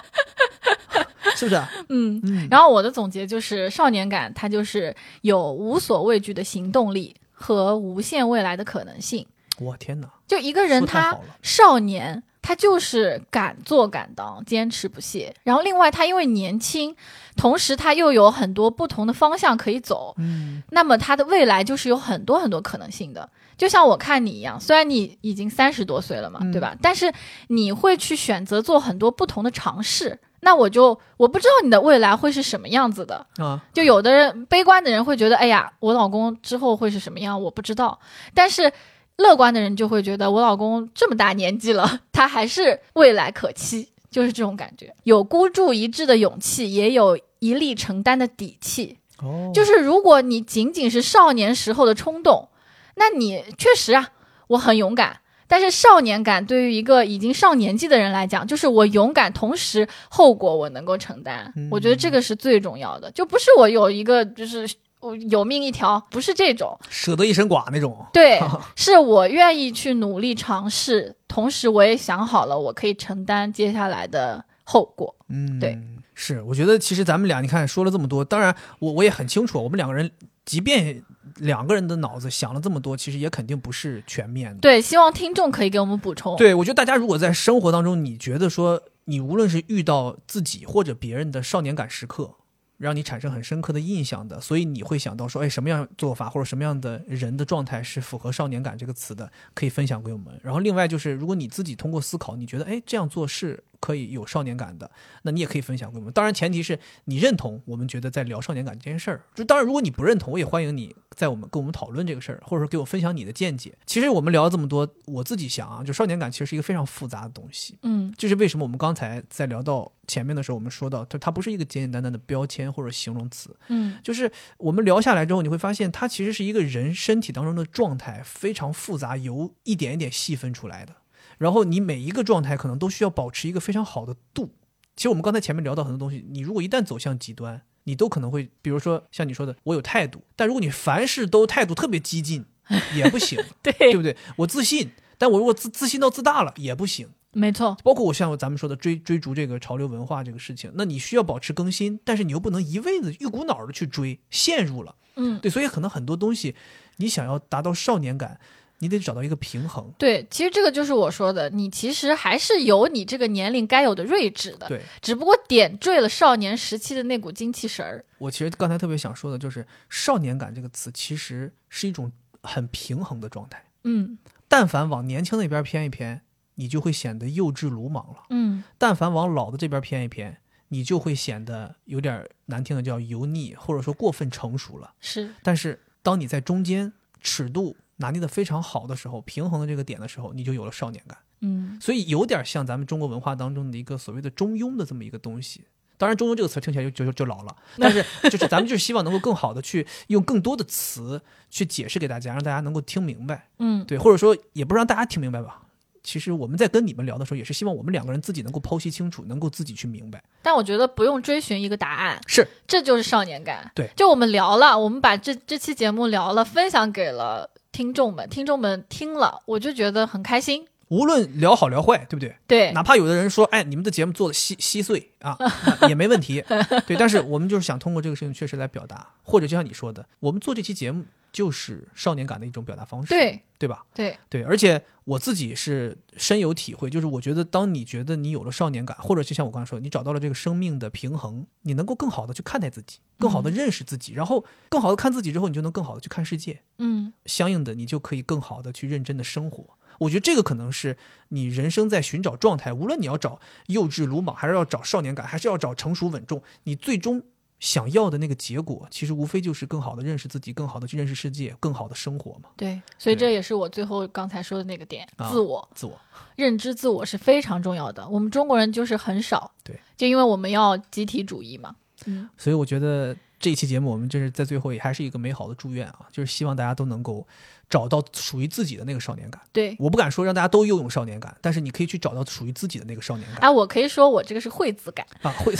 是不是？嗯。嗯，然后我的总结就是，少年感它就是有无所畏惧的行动力和无限未来的可能性。我天哪，就一个人说太他好了少年，他就是敢做敢当，坚持不懈。然后另外他因为年轻，同时他又有很多不同的方向可以走，嗯，那么他的未来就是有很多很多可能性的。就像我看你一样，虽然你已经三十多岁了嘛，嗯对吧？但是你会去选择做很多不同的尝试。那我就我不知道你的未来会是什么样子的，啊，就有的人悲观的人会觉得，哎呀，我老公之后会是什么样，我不知道。但是乐观的人就会觉得，我老公这么大年纪了，他还是未来可期，就是这种感觉。有孤注一掷的勇气，也有一力承担的底气。哦，就是如果你仅仅是少年时候的冲动，那你确实啊，我很勇敢。但是少年感对于一个已经上年纪的人来讲，就是我勇敢，同时后果我能够承担。嗯我觉得这个是最重要的，就不是我有一个就是我有命一条，不是 这种。舍得一身剐那种，对，是我愿意去努力尝试，同时我也想好了，我可以承担接下来的后果。嗯，对，是，我觉得其实咱们俩，你看说了这么多，当然我我也很清楚，我们两个人，即便两个人的脑子想了这么多，其实也肯定不是全面的。对，希望听众可以给我们补充。对，我觉得大家如果在生活当中，你觉得说你无论是遇到自己或者别人的少年感时刻，让你产生很深刻的印象的，所以你会想到说，哎，什么样做法或者什么样的人的状态是符合少年感这个词的，可以分享给我们。然后另外就是，如果你自己通过思考，你觉得哎这样做是可以有少年感的，那你也可以分享给我们。当然前提是你认同我们觉得在聊少年感这件事儿。就当然如果你不认同，我也欢迎你在我们跟我们讨论这个事儿，或者说给我分享你的见解。其实我们聊了这么多，我自己想啊，就少年感其实是一个非常复杂的东西。嗯这是为什么我们刚才在聊到前面的时候，我们说到它它不是一个简简单单的标签或者形容词，嗯就是我们聊下来之后，你会发现它其实是一个人身体当中的状态非常复杂，由一点一点细分出来的。然后你每一个状态可能都需要保持一个非常好的度。其实我们刚才前面聊到很多东西，你如果一旦走向极端，你都可能会，比如说像你说的，我有态度，但如果你凡事都态度特别激进，也不行。对对不对？我自信，但我如果自自信到自大了也不行，没错，包括我像咱们说的追追逐这个潮流文化这个事情，那你需要保持更新，但是你又不能一味的一股脑的去追，陷入了。嗯，对，所以可能很多东西，你想要达到少年感，你得找到一个平衡。对，其实这个就是我说的，你其实还是有你这个年龄该有的睿智的，对只不过点缀了少年时期的那股精气神儿。我其实刚才特别想说的就是，少年感这个词其实是一种很平衡的状态。嗯但凡往年轻那边偏一偏，你就会显得幼稚鲁莽了；嗯，但凡往老的这边偏一偏，你就会显得有点儿难听的叫油腻，或者说过分成熟了。是但是当你在中间尺度拿捏的非常好的时候，平衡的这个点的时候，你就有了少年感。嗯所以有点像咱们中国文化当中的一个所谓的中庸的这么一个东西。当然，中庸这个词听起来就就就就老了，但是就是咱们就是希望能够更好的去用更多的词去解释给大家，让大家能够听明白，嗯，对，或者说也不让大家听明白吧。其实我们在跟你们聊的时候，也是希望我们两个人自己能够剖析清楚，能够自己去明白。但我觉得不用追寻一个答案，是这就是少年感。对，就我们聊了，我们把这这期节目聊了，分享给了听众们，听众们听了，我就觉得很开心。无论聊好聊坏，对不对？对，哪怕有的人说，哎，你们的节目做的稀稀碎啊，那也没问题。对，但是我们就是想通过这个事情确实来表达，或者就像你说的，我们做这期节目就是少年感的一种表达方式，对对吧？对，对，而且我自己是深有体会，就是我觉得当你觉得你有了少年感，或者就像我刚才说，你找到了这个生命的平衡，你能够更好的去看待自己，更好的认识自己，然后更好的看自己之后，你就能更好的去看世界，嗯相应的你就可以更好的去认真的生活。我觉得这个可能是你人生在寻找状态，无论你要找幼稚鲁莽，还是要找少年感，还是要找成熟稳重，你最终想要的那个结果，其实无非就是更好的认识自己，更好的去认识世界，更好的生活嘛。对，所以对这也是我最后刚才说的那个点，啊自我。自我，认知自我是非常重要的。我们中国人就是很少，对，就因为我们要集体主义嘛。嗯，所以我觉得这一期节目，我们就是在最后也还是一个美好的祝愿啊，就是希望大家都能够找到属于自己的那个少年感。对。我不敢说让大家都拥有少年感，但是你可以去找到属于自己的那个少年感哎，我可以说我这个是惠子 感，啊。会，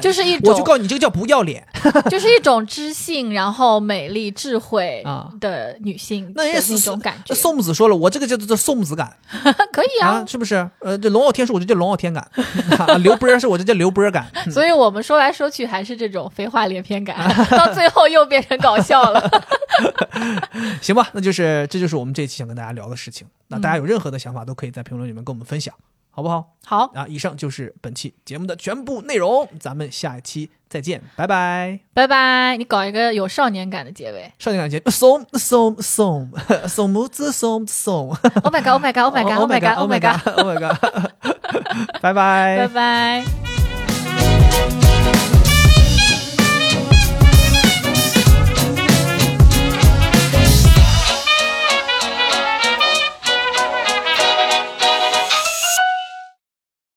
就是一我就种告诉你，这个叫不要脸。 就是一种知性，然后美丽、智慧啊的女性那的人家是那种感那，觉宋子说了，我这个叫做宋子感可以啊，啊。是不是？呃，这龙傲天是我这叫龙傲天感， 啊刘波儿是我这叫刘波儿感。 所以我们说来说去还是这种废话连篇感，到最后又变成搞 笑了。行吧，那就是这就是我们这一期想跟大家聊的事情。那大家有任何的想法，都可以在评论里面跟我们分享，好不好？好，啊，以上就是本期节目的全部内容，咱们下一期再见，拜拜。拜拜。你搞一个有少年感的结尾。少年感觉怂怂 怂怂母子怂怂 Oh my god! Oh my god! Oh my god! Oh my god! god！Oh my god！Oh my god！拜拜拜。拜。